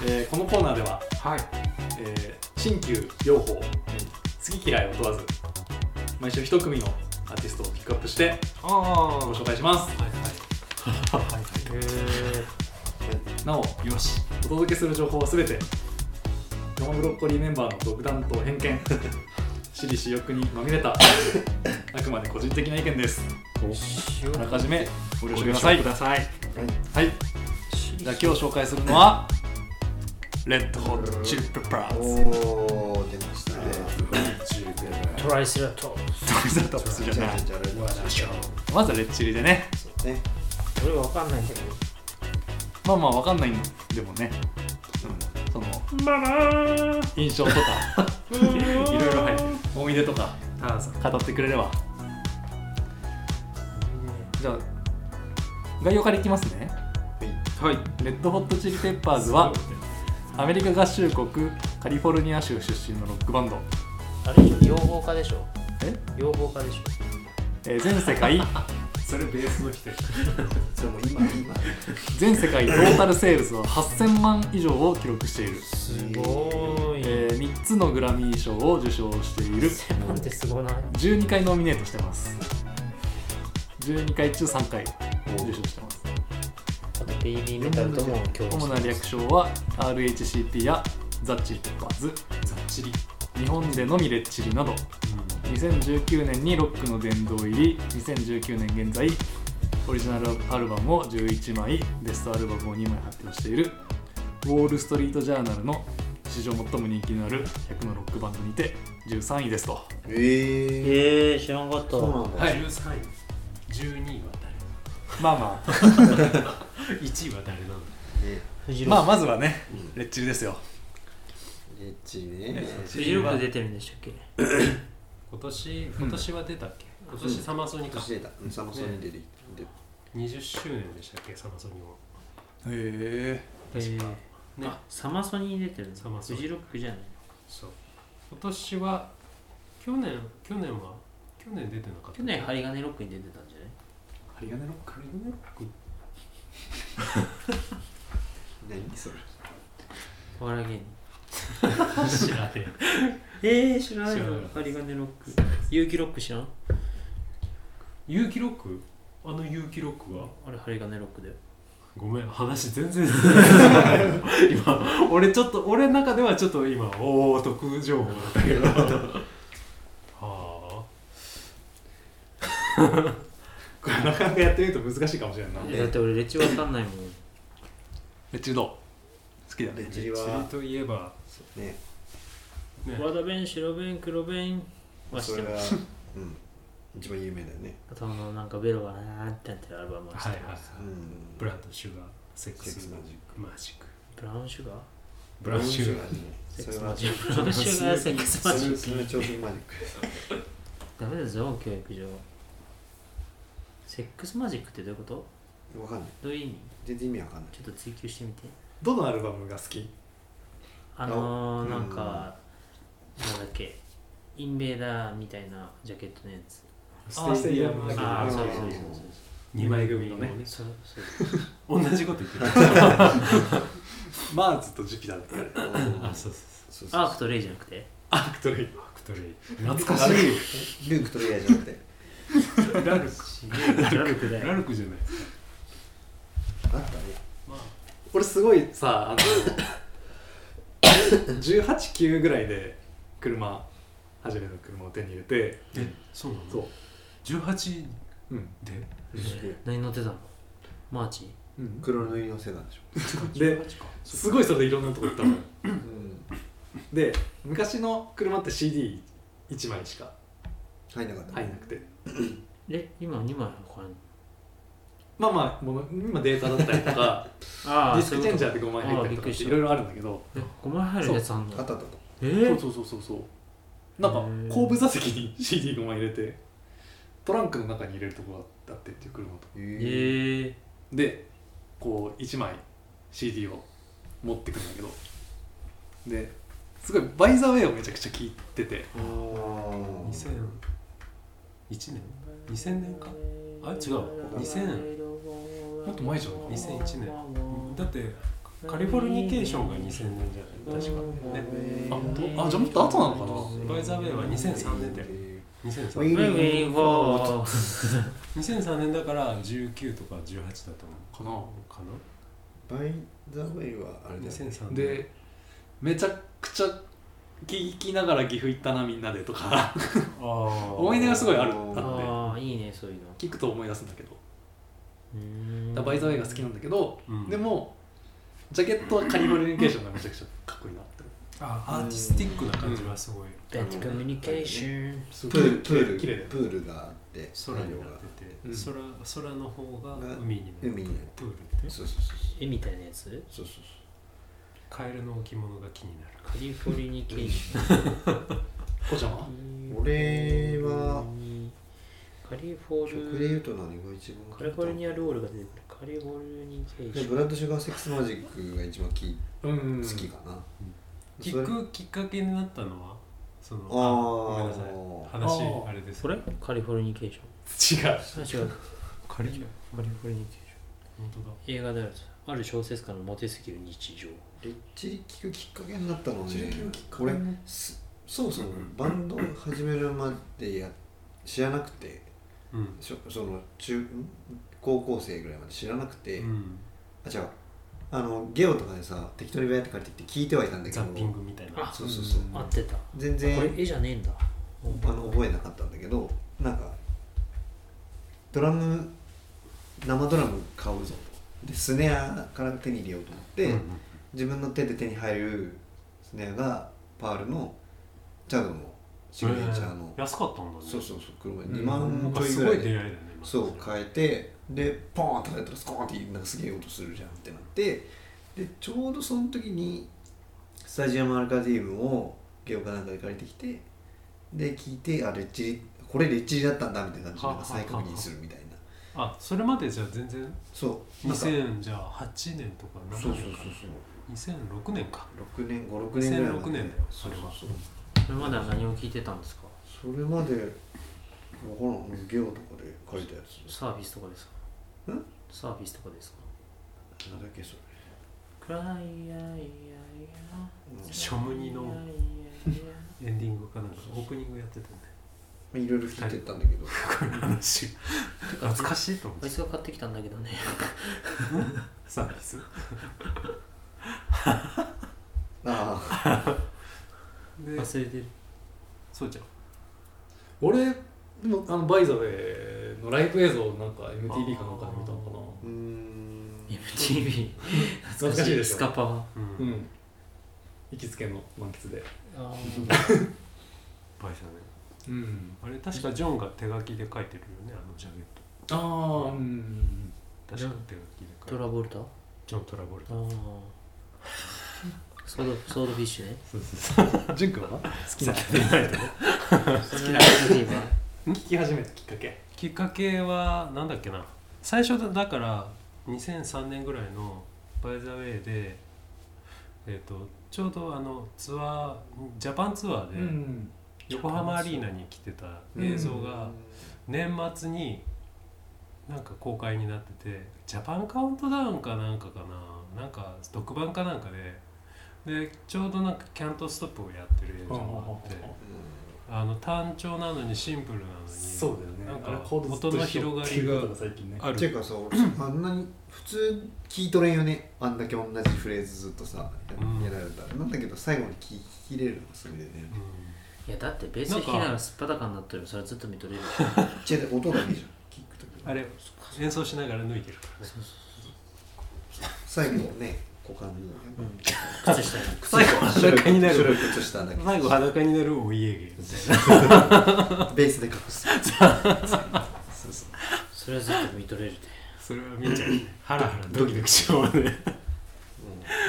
[SPEAKER 1] えーこのコーナーでは、
[SPEAKER 3] はい
[SPEAKER 1] えー新旧両方好き嫌いを問わず毎週一組のアーティストをピックアップして
[SPEAKER 3] ああ
[SPEAKER 1] ご
[SPEAKER 3] はい
[SPEAKER 1] 紹介します
[SPEAKER 3] はいはい
[SPEAKER 4] へえ
[SPEAKER 1] なお
[SPEAKER 3] はいよし
[SPEAKER 1] お届けする情報はすべてロマブロッコリーメンバーの独断と偏見 私利私欲にまみれたあくまで個人的な意見ですあらかじめご了承くださいはいじゃあ今日紹介するのはレッドホットチリペッパーズ
[SPEAKER 2] おお出ましたね
[SPEAKER 4] トライセラトプス
[SPEAKER 1] トリザトップスじゃない
[SPEAKER 2] じゃあじゃあ
[SPEAKER 1] まずはレッチリでね
[SPEAKER 2] ね
[SPEAKER 4] 俺わかんないんだけど
[SPEAKER 1] まあまあわかんないんでもね、その印象とかいろいろ入ってる思い出とか
[SPEAKER 3] ターザン
[SPEAKER 1] 語ってくれればじゃあ概要からいきますね
[SPEAKER 3] はい
[SPEAKER 1] レッドホットチリペッパーズはアメリカ合衆国カリフォルニア州出身のロックバンド、
[SPEAKER 4] あれでしょ養蜂家でしょ
[SPEAKER 1] え
[SPEAKER 4] 養蜂家でしょ
[SPEAKER 1] えー全世界
[SPEAKER 3] それベースの人
[SPEAKER 2] それも今今
[SPEAKER 1] 全世界トータルセールスは8000万以上を記録している、
[SPEAKER 4] すごい
[SPEAKER 1] え3つのグラミー賞を受賞している
[SPEAKER 4] 専門ってすごない
[SPEAKER 1] 12回ノミネートしてます12回中3回受賞してます
[SPEAKER 4] あとベイビーメタルとも共
[SPEAKER 1] 主
[SPEAKER 4] 通
[SPEAKER 1] な略称は RHCP やザ・チリペッパーズ
[SPEAKER 3] ザッチリ
[SPEAKER 1] 日本でのみレッチリなど2019年にロックの殿堂入り2019年現在オリジナルアルバムを11枚ベストアルバムを2枚発表しているウォール・ストリート・ジャーナルの史上最も人気のある100のロックバンドにて13位ですと
[SPEAKER 2] ええ
[SPEAKER 5] えー、知らんかった
[SPEAKER 2] そうなんだ、
[SPEAKER 1] はい
[SPEAKER 3] 13位12位は
[SPEAKER 1] まあま あ
[SPEAKER 3] 誰1位は誰なの
[SPEAKER 2] ね
[SPEAKER 5] 藤
[SPEAKER 1] まあ
[SPEAKER 5] あ
[SPEAKER 1] まずはねレッチリですよ
[SPEAKER 2] エッチね
[SPEAKER 5] 藤郎君出てるんでしたっけ
[SPEAKER 3] 今年今年は出たっけ、今年サマソニか、
[SPEAKER 2] 年出たうんサマソニー出てきたで
[SPEAKER 3] 20周年でしたっけサマソニも
[SPEAKER 1] へ
[SPEAKER 4] えー
[SPEAKER 3] ね
[SPEAKER 4] あサマソニー出てるの
[SPEAKER 3] サマソニ
[SPEAKER 4] フジロックじゃない
[SPEAKER 3] そう今年は去年去年は去年出てなかった
[SPEAKER 4] 去年針金ロックに出てたんじゃない
[SPEAKER 1] 針金ロック
[SPEAKER 3] カリブロック
[SPEAKER 2] 何それ
[SPEAKER 4] お笑い芸人
[SPEAKER 3] 知らねえ
[SPEAKER 4] えー、知らない
[SPEAKER 3] 知ら
[SPEAKER 4] の
[SPEAKER 3] ない
[SPEAKER 4] 針金ロック有機ロック知らん
[SPEAKER 3] 有機ロックあの有機ロックは
[SPEAKER 4] あれ針金ロックだよ
[SPEAKER 3] ごめん話全然今俺ちょっと俺の中ではちょっと今おお得情報だったけどはあ
[SPEAKER 1] これなかなかやってみると難しいかもしれんないレ
[SPEAKER 4] やだって俺レッチわかんないもん
[SPEAKER 1] ッチリどう好きだ
[SPEAKER 2] レ
[SPEAKER 1] ね
[SPEAKER 2] ッチ
[SPEAKER 3] 釣
[SPEAKER 2] リ
[SPEAKER 3] り
[SPEAKER 2] は
[SPEAKER 3] といえば
[SPEAKER 2] ね
[SPEAKER 3] ね
[SPEAKER 4] 和田弁白弁黒弁は知っ
[SPEAKER 2] そ
[SPEAKER 4] て
[SPEAKER 2] れ
[SPEAKER 4] ま
[SPEAKER 2] が
[SPEAKER 4] す
[SPEAKER 2] うん一番有名だよね
[SPEAKER 4] あとあのなんかベロがなーってなってるアルバムは知
[SPEAKER 3] はい
[SPEAKER 4] って
[SPEAKER 3] はい
[SPEAKER 4] ま
[SPEAKER 3] はい
[SPEAKER 4] す、
[SPEAKER 2] うん
[SPEAKER 3] ブランドシュガーセック
[SPEAKER 2] セック
[SPEAKER 3] ス
[SPEAKER 2] ス
[SPEAKER 3] マ
[SPEAKER 2] マ
[SPEAKER 3] ジ
[SPEAKER 2] ジッ
[SPEAKER 3] ックマジック
[SPEAKER 4] ブラウンシュガー
[SPEAKER 3] ブランドシュガー
[SPEAKER 2] ーね
[SPEAKER 4] セ
[SPEAKER 2] そ
[SPEAKER 4] ック
[SPEAKER 2] れ
[SPEAKER 4] ス
[SPEAKER 2] は
[SPEAKER 4] マ
[SPEAKER 2] そ
[SPEAKER 4] ジックブラウンシュガーセックスマジ
[SPEAKER 2] れ
[SPEAKER 4] ッ
[SPEAKER 2] それ
[SPEAKER 4] ク
[SPEAKER 2] は超人マジック
[SPEAKER 4] ダメだぞ教育上セックスマジックってどういうこと
[SPEAKER 2] わかんない
[SPEAKER 4] どういう意味
[SPEAKER 2] 全然意味わかんない
[SPEAKER 4] ちょっと追求してみて
[SPEAKER 1] どのアルバムが好き
[SPEAKER 4] あの
[SPEAKER 2] う
[SPEAKER 4] ー、
[SPEAKER 2] ん
[SPEAKER 4] なんかなんだっけインベーダーみたいなジャケットのやつ
[SPEAKER 1] あステイヤム
[SPEAKER 4] ああそうそうそう
[SPEAKER 3] 2枚組のね
[SPEAKER 4] そうそう
[SPEAKER 3] 同じこと言ってる
[SPEAKER 1] マーズとジュピターだったね
[SPEAKER 3] あ
[SPEAKER 2] あ
[SPEAKER 3] そうそ
[SPEAKER 2] そ
[SPEAKER 3] う
[SPEAKER 2] う
[SPEAKER 4] そうアー
[SPEAKER 2] そ
[SPEAKER 4] クとレイじゃなくて
[SPEAKER 1] アークトレイ
[SPEAKER 3] そうアクトレイ懐かしいう
[SPEAKER 2] ルークとレイヤーじゃなくて
[SPEAKER 3] ラルク
[SPEAKER 4] ラルクだ
[SPEAKER 3] ラ
[SPEAKER 4] よ
[SPEAKER 3] ルクじゃない
[SPEAKER 2] あったね
[SPEAKER 3] まあ
[SPEAKER 1] 俺すごいさあの189ぐらいで車初めての車を手に入れて
[SPEAKER 3] えそうなの
[SPEAKER 1] そう
[SPEAKER 3] 18
[SPEAKER 1] うん、
[SPEAKER 3] で
[SPEAKER 4] 何乗ってたのマーチ
[SPEAKER 1] うん、
[SPEAKER 2] 黒塗りのせいなんでしょ
[SPEAKER 1] で
[SPEAKER 3] か
[SPEAKER 1] すごいそれでいろんなとこ行ったのよ
[SPEAKER 2] うん
[SPEAKER 1] で昔の車って CD1 枚しか
[SPEAKER 2] 入んなかった
[SPEAKER 1] 入ん
[SPEAKER 2] ね
[SPEAKER 1] なくて
[SPEAKER 4] え今2枚の他に
[SPEAKER 1] まあまあもう今データだったりと かデ
[SPEAKER 4] あ
[SPEAKER 1] ィスクチェンジャ
[SPEAKER 4] ー
[SPEAKER 1] ーで5枚入ったりと
[SPEAKER 4] あーびっく
[SPEAKER 1] か
[SPEAKER 4] りした
[SPEAKER 1] いろいろあるんだけど
[SPEAKER 4] え5枚入るやつあんの
[SPEAKER 2] あったあったと
[SPEAKER 4] え
[SPEAKER 1] そうそ
[SPEAKER 4] ー、
[SPEAKER 1] うそうそうそうなんか
[SPEAKER 4] へー
[SPEAKER 1] 後部座席に CD5 枚入れてトランクの中に入れるとこだってっていう車と
[SPEAKER 4] え
[SPEAKER 2] え
[SPEAKER 4] ー、
[SPEAKER 1] でこう1枚 CD を持ってくんだけどですごい「バイザーウェイ」をめちゃくちゃ聴いてて
[SPEAKER 2] あー
[SPEAKER 3] 2001年2000年かあ違うわ2000
[SPEAKER 1] もっと前じゃん
[SPEAKER 3] 2001年だってカリフォルニケーションが2000年じゃない確かね
[SPEAKER 1] あどあじゃあもっと後なのかな
[SPEAKER 3] バイザーウェイは2003年だよ
[SPEAKER 2] え
[SPEAKER 3] 2003
[SPEAKER 2] ー
[SPEAKER 3] 年
[SPEAKER 4] ウィンウィンフォー
[SPEAKER 3] 2003年だから19とか18だと
[SPEAKER 1] かな
[SPEAKER 3] 思うかな
[SPEAKER 2] バイザーウェイはあれだよね
[SPEAKER 3] 2003年
[SPEAKER 1] でめちゃくちゃ聴きながら岐阜行ったなみんなでとか
[SPEAKER 3] ああ
[SPEAKER 1] 思い出がすごいあるあっ
[SPEAKER 4] ああいいねそういうの
[SPEAKER 1] て聞くと思い出すんだけど
[SPEAKER 4] うーん
[SPEAKER 1] だからバイザーウェイが好きなんだけど、
[SPEAKER 3] うん
[SPEAKER 1] でもジャケットはカリフォルニケーションがめちゃくちゃかっこいいなって
[SPEAKER 3] あアーティスティックな感じはすごい
[SPEAKER 4] ベッドコミュニケーション
[SPEAKER 1] すご
[SPEAKER 2] プ
[SPEAKER 1] い
[SPEAKER 2] ールプール
[SPEAKER 1] 綺麗だよ
[SPEAKER 2] プールがあって
[SPEAKER 3] 空になっ
[SPEAKER 2] が
[SPEAKER 3] てて、
[SPEAKER 1] うん
[SPEAKER 3] 空空の方が
[SPEAKER 2] が
[SPEAKER 3] 海になって
[SPEAKER 2] 海になる
[SPEAKER 3] プールって
[SPEAKER 2] そうそうそう
[SPEAKER 4] 絵みたいなやつ
[SPEAKER 2] そうそうそう
[SPEAKER 3] カエルの置物が気になる
[SPEAKER 4] カリフォルニケーシ
[SPEAKER 1] こうちゃんは
[SPEAKER 4] ョン
[SPEAKER 2] 俺は
[SPEAKER 4] カリフォ
[SPEAKER 2] 食で言う
[SPEAKER 4] ル
[SPEAKER 2] と何が一番
[SPEAKER 4] カリフォルニアロールが出てくるカリフォルニケー
[SPEAKER 2] で
[SPEAKER 4] シ
[SPEAKER 2] ブ
[SPEAKER 4] ョン
[SPEAKER 2] ラッドシュガーセックスマジックが一番き
[SPEAKER 1] うんうんうん
[SPEAKER 2] 好きかな、それ
[SPEAKER 3] 聞くきっかけになったのはその
[SPEAKER 2] あー
[SPEAKER 3] ごめんなさい話
[SPEAKER 1] あー
[SPEAKER 3] あれです
[SPEAKER 4] これカリフォルニケーシ
[SPEAKER 1] 違う
[SPEAKER 4] ョンあ違う
[SPEAKER 3] カリフォルニ
[SPEAKER 4] カリフォルニケーシ
[SPEAKER 3] 本当だ
[SPEAKER 4] ョン映画であるある小説家のモテすぎる日常
[SPEAKER 2] レッチリ聞くきっかけになったのね
[SPEAKER 1] レッチリ聞くきっかけ
[SPEAKER 2] 俺すそもそもバンドを始めるまでや知らなくて
[SPEAKER 3] うん
[SPEAKER 2] しょその中ん高校生ぐらいまで知らなくて、
[SPEAKER 3] うん
[SPEAKER 2] あ違うあのゲオとかでさ適当にバヤって借りてきて聞いてはいたんだけ
[SPEAKER 3] ザ
[SPEAKER 2] ど
[SPEAKER 3] ッピングみたいな
[SPEAKER 2] そうそうそう
[SPEAKER 4] 合ってた
[SPEAKER 2] 全
[SPEAKER 4] これ
[SPEAKER 2] 然
[SPEAKER 4] 絵じゃねえんだ
[SPEAKER 2] あの覚えなかったんだけどなんかドラム生ドラム買うぞとでスネアから手に入れようと思って、
[SPEAKER 3] うん
[SPEAKER 2] 自分の手で手に入るスネアがパールのチャドのシグネチャーの、
[SPEAKER 3] 安かったんだね
[SPEAKER 2] そうそうそう車
[SPEAKER 1] ん
[SPEAKER 2] 2
[SPEAKER 1] う
[SPEAKER 2] 万
[SPEAKER 3] なん
[SPEAKER 2] ち
[SPEAKER 3] か
[SPEAKER 2] ょい
[SPEAKER 3] す
[SPEAKER 2] ぐ
[SPEAKER 3] ご
[SPEAKER 2] ら
[SPEAKER 3] い
[SPEAKER 2] い
[SPEAKER 3] 出
[SPEAKER 2] で
[SPEAKER 3] 会いだね今
[SPEAKER 2] そう変えてでポーンと叩いたらスコーンってなんかすげえ音するじゃんってなってでちょうどその時にスタジアムアルカディウムをゲオかなんかで借りてきてで聞いてあレッチリこれレッチリだったんだみたいな感じでなんか再確認するみたいな
[SPEAKER 3] あそれまでじゃあ全然
[SPEAKER 2] そうなんか
[SPEAKER 3] 2008年とか7年
[SPEAKER 2] そうそうそう
[SPEAKER 3] か2006年か
[SPEAKER 2] そう6年56年ぐらい
[SPEAKER 3] 2006年だよ
[SPEAKER 2] そ
[SPEAKER 3] そうれ
[SPEAKER 2] そう
[SPEAKER 3] は
[SPEAKER 2] そう
[SPEAKER 4] それまでは何を聞いてたんですか
[SPEAKER 2] それまで分からんゲオとかで借りたやつ
[SPEAKER 4] サービスとかですか
[SPEAKER 2] ん
[SPEAKER 4] サービスとかですか
[SPEAKER 2] なんだっけそれ
[SPEAKER 4] 暗いやいやいや
[SPEAKER 2] うん
[SPEAKER 3] ショムニの
[SPEAKER 4] いやいや
[SPEAKER 3] エンディングかなんかオープニングやってたんだ
[SPEAKER 2] まあいろいろ聞いてったんだけど
[SPEAKER 3] よこの話懐かしいと思っ
[SPEAKER 4] あ
[SPEAKER 3] て
[SPEAKER 4] いつが買ってきたんだけどね
[SPEAKER 3] サービス
[SPEAKER 2] ああ
[SPEAKER 3] で
[SPEAKER 4] 忘れてる
[SPEAKER 3] そうじゃん
[SPEAKER 1] 俺もあのバイザウェイのライブ映像をなんか MTV かなんかで見たのかな
[SPEAKER 2] うーん
[SPEAKER 4] MTV
[SPEAKER 1] 懐
[SPEAKER 4] 懐
[SPEAKER 1] か
[SPEAKER 4] か
[SPEAKER 1] し
[SPEAKER 4] し
[SPEAKER 1] い
[SPEAKER 4] い
[SPEAKER 1] でしょ
[SPEAKER 4] スカパワ
[SPEAKER 3] う
[SPEAKER 1] う
[SPEAKER 3] んバイ
[SPEAKER 1] ん行きつけの満喫で
[SPEAKER 3] ザね
[SPEAKER 1] うん
[SPEAKER 3] あれ確かジョンが手書きで書いてるよねあのジャケット
[SPEAKER 1] ああうん
[SPEAKER 3] 確か手書きで書
[SPEAKER 4] ト
[SPEAKER 3] いて
[SPEAKER 4] ラ
[SPEAKER 3] る
[SPEAKER 4] ボルタあ
[SPEAKER 3] ジョン・トラボルタ
[SPEAKER 4] あソードソードフィッシュね
[SPEAKER 3] そうそうそう
[SPEAKER 1] 潤君は好 きな
[SPEAKER 4] 好きな MTV は
[SPEAKER 1] 聞き始めたきっかけ
[SPEAKER 3] きっかけはなんだっけな最初だだから2003年ぐらいの「バイ・ザ・ウェイで」えっとちょうどあのツアージャパンツア
[SPEAKER 1] う
[SPEAKER 3] ーで
[SPEAKER 1] ん
[SPEAKER 3] 横浜アリーナに来てた映像が年末になんか公開になっててジャパンカウントダウンかなんかかななんか特番かなんかででちょうどなんか「キャントストップ」をやってる映像があってあの単調なのにシンプルなのに
[SPEAKER 1] そうだよね
[SPEAKER 3] なんか
[SPEAKER 1] あれコード
[SPEAKER 3] 音の広がり
[SPEAKER 1] が最近ね
[SPEAKER 3] ある
[SPEAKER 2] っていうかさ俺あんなに普通聞いとれんよねあんだけ同じフレーズずっとさ
[SPEAKER 3] うん
[SPEAKER 2] ややられたらなんだけど最後に聞き入れるのがすごいよね
[SPEAKER 3] う
[SPEAKER 4] いやだってベース弾きながらすっぱだかになってるそれはずっと見とれ るでしょ
[SPEAKER 2] 違う音だけじゃん聞くとき
[SPEAKER 3] んあれ演奏しながら抜いてるからね
[SPEAKER 2] 最後ね股間に
[SPEAKER 4] 靴下に
[SPEAKER 2] 最後
[SPEAKER 3] 裸になる
[SPEAKER 2] 白い靴下だけ
[SPEAKER 3] 最後裸になるお家芸みたいな
[SPEAKER 2] ベースで隠 すそうそう
[SPEAKER 4] それはずっと見とれるで
[SPEAKER 3] それは見ちゃうねハラハラドキドキしちゃうね
[SPEAKER 2] うん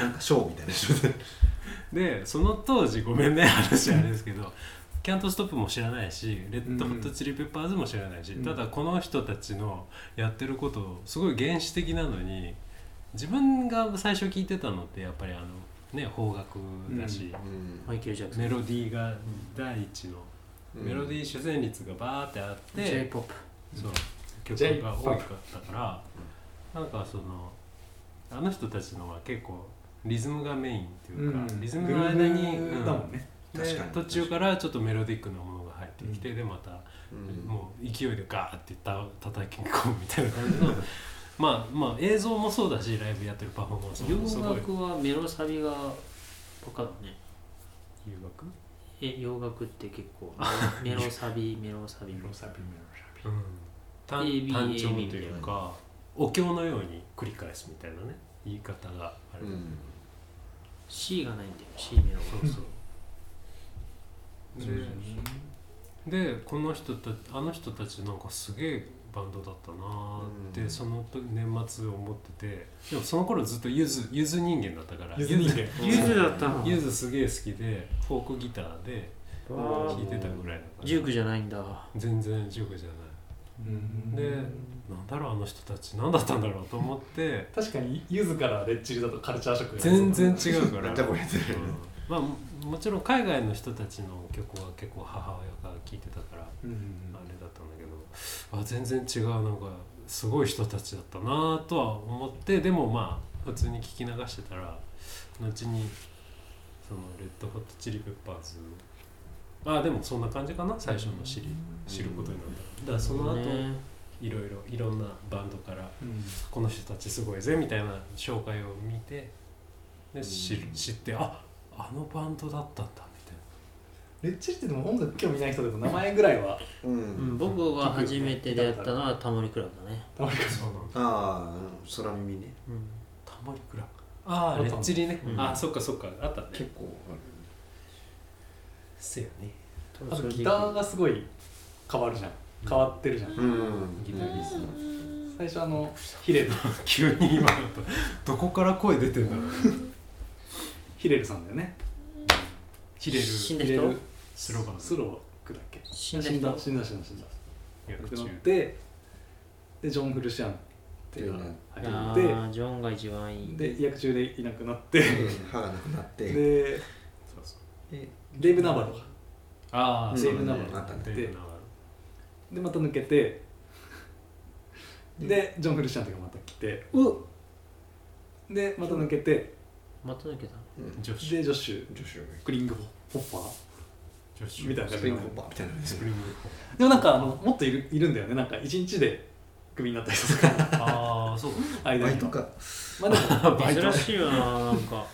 [SPEAKER 2] なんかショーみたいな人で
[SPEAKER 3] でその当時ごめんね話あれですけどキャントストップも知らないしレッドホットチリペッパーズも知らないし、
[SPEAKER 1] うん
[SPEAKER 3] ただこの人たちのやってることをすごい原始的なのに自分が最初聞いてたのってやっぱりあのね邦楽だし、
[SPEAKER 4] マイケル・ジャクソン
[SPEAKER 3] メロディーが第一の、
[SPEAKER 2] うん
[SPEAKER 3] メロディー主旋律がバーってあって、
[SPEAKER 4] j p o p
[SPEAKER 3] そう曲
[SPEAKER 1] J-POP
[SPEAKER 3] が多かったからなんかそのあの人たちのは結構リズムがメインっていうか、リズムの間に、
[SPEAKER 1] グルー
[SPEAKER 3] うん
[SPEAKER 1] ヴだもんね
[SPEAKER 3] で
[SPEAKER 2] 確かに
[SPEAKER 3] 途中からちょっとメロディックなものが入ってきて、
[SPEAKER 2] う
[SPEAKER 3] でまた、
[SPEAKER 2] うん
[SPEAKER 3] もう勢いでガーってた叩き込むみたいな感じの まあまあ映像もそうだしライブやってるパフォーマンス
[SPEAKER 4] 洋
[SPEAKER 3] もすごい
[SPEAKER 4] 楽はメロサビがとかだね
[SPEAKER 3] 留学
[SPEAKER 4] え洋楽って結構メロメロサビメロサビ
[SPEAKER 1] ロサピメロサピ
[SPEAKER 3] うん単
[SPEAKER 4] AB
[SPEAKER 3] 単調というかお経のように繰り返すみたいなね言い方があ
[SPEAKER 2] う
[SPEAKER 3] れだ、
[SPEAKER 2] ん
[SPEAKER 4] C がないんだよ C メロ
[SPEAKER 3] そうそう
[SPEAKER 1] そうだね
[SPEAKER 3] でこの人たあの人たちなんかすげえバンドだったなーって、
[SPEAKER 2] うん
[SPEAKER 3] その時年末思っててでもその頃ずっとゆずゆず人間だったから
[SPEAKER 1] ゆず人間
[SPEAKER 4] ゆずだったの
[SPEAKER 3] ゆずすげえ好きでフォークギターで
[SPEAKER 4] わ
[SPEAKER 3] 弾いてたぐらいだから
[SPEAKER 4] ジュークじゃないんだ
[SPEAKER 3] 全然ジュークじゃない
[SPEAKER 1] うん
[SPEAKER 3] でなんだろうあの人たち何だったんだろうと思って
[SPEAKER 1] 確かにゆずからレッチリだとカルチャーショックがありそう
[SPEAKER 3] 全然違うから
[SPEAKER 2] なんだこれって
[SPEAKER 3] うんまあももちろん海外の人たちの曲は結構母親が聴いてたから
[SPEAKER 1] うんうん
[SPEAKER 3] あれだったんだけどあ全然違うなんかすごい人たちだったなとは思ってでもまあ普通に聞き流してたら後にそのレッドホットチリペッパーズあでもそんな感じかな最初の知り知ることになっただからその後
[SPEAKER 4] ね
[SPEAKER 3] いろいろいろんなバンドから
[SPEAKER 1] うん
[SPEAKER 3] この人たちすごいぜみたいな紹介を見てで知る知ってああのバンドだったんだみたい
[SPEAKER 1] レ
[SPEAKER 3] な
[SPEAKER 1] ッチリってでも音楽興味ない人でも名前ぐらいは
[SPEAKER 2] うん、
[SPEAKER 4] うん、僕が初めて出会ったのはタモリクラブだね。
[SPEAKER 1] たまに
[SPEAKER 3] そうなんだ
[SPEAKER 2] ああ空耳ね
[SPEAKER 4] うん、
[SPEAKER 1] タモリクラ
[SPEAKER 3] あ
[SPEAKER 1] あ
[SPEAKER 3] あレッチリね、
[SPEAKER 4] うん
[SPEAKER 3] あそっかそっかあったね
[SPEAKER 2] 結構ある
[SPEAKER 3] せやね
[SPEAKER 4] 多
[SPEAKER 1] あ
[SPEAKER 4] 分そ
[SPEAKER 1] と
[SPEAKER 4] れで
[SPEAKER 1] ギターがすごい変わるじゃん変わってるじゃん
[SPEAKER 2] うん
[SPEAKER 3] ギタリスト
[SPEAKER 1] 最初あのヒレル
[SPEAKER 3] 急に今どこから声出てんだろう
[SPEAKER 1] ヒレルさんだよねヒレル
[SPEAKER 4] 死んだ
[SPEAKER 1] ヒ
[SPEAKER 4] 人
[SPEAKER 1] レル
[SPEAKER 3] スロバ
[SPEAKER 1] スロークだっけ
[SPEAKER 4] 死んだ人
[SPEAKER 1] 死んだ死んだ死んだ
[SPEAKER 3] 役
[SPEAKER 1] で乗っ
[SPEAKER 3] 中
[SPEAKER 1] てでジョン・フルシアンっていうのが
[SPEAKER 4] あ
[SPEAKER 1] 入っ
[SPEAKER 4] ージョンが一番いい。
[SPEAKER 1] てで役中でいなくなって
[SPEAKER 2] 歯がなくなって
[SPEAKER 1] で
[SPEAKER 3] そうそう
[SPEAKER 2] で
[SPEAKER 1] デイブ・ナバロが
[SPEAKER 3] ああ
[SPEAKER 2] うん
[SPEAKER 3] そうだ
[SPEAKER 1] デー
[SPEAKER 3] ね
[SPEAKER 1] ブナバ
[SPEAKER 2] ロあったね
[SPEAKER 3] デーブナバ
[SPEAKER 1] でまた抜けてでジョン・フルシアンとかまた来てでまた抜けて
[SPEAKER 4] また抜けた。
[SPEAKER 2] うん
[SPEAKER 3] ロジョシュ
[SPEAKER 1] でジョッシュ
[SPEAKER 2] 女子が
[SPEAKER 1] クリングホッパー
[SPEAKER 3] ジョシュ
[SPEAKER 1] みたいな
[SPEAKER 2] スプリングホッパーみたいな
[SPEAKER 3] スプリング
[SPEAKER 1] でもなんかあのもっといるいるんだよねなんか一日でクビになったりと か
[SPEAKER 3] ああそう
[SPEAKER 1] 間
[SPEAKER 2] バ
[SPEAKER 1] に
[SPEAKER 2] イトか
[SPEAKER 1] まあでも
[SPEAKER 3] バイト
[SPEAKER 4] 珍しいよな、なんか。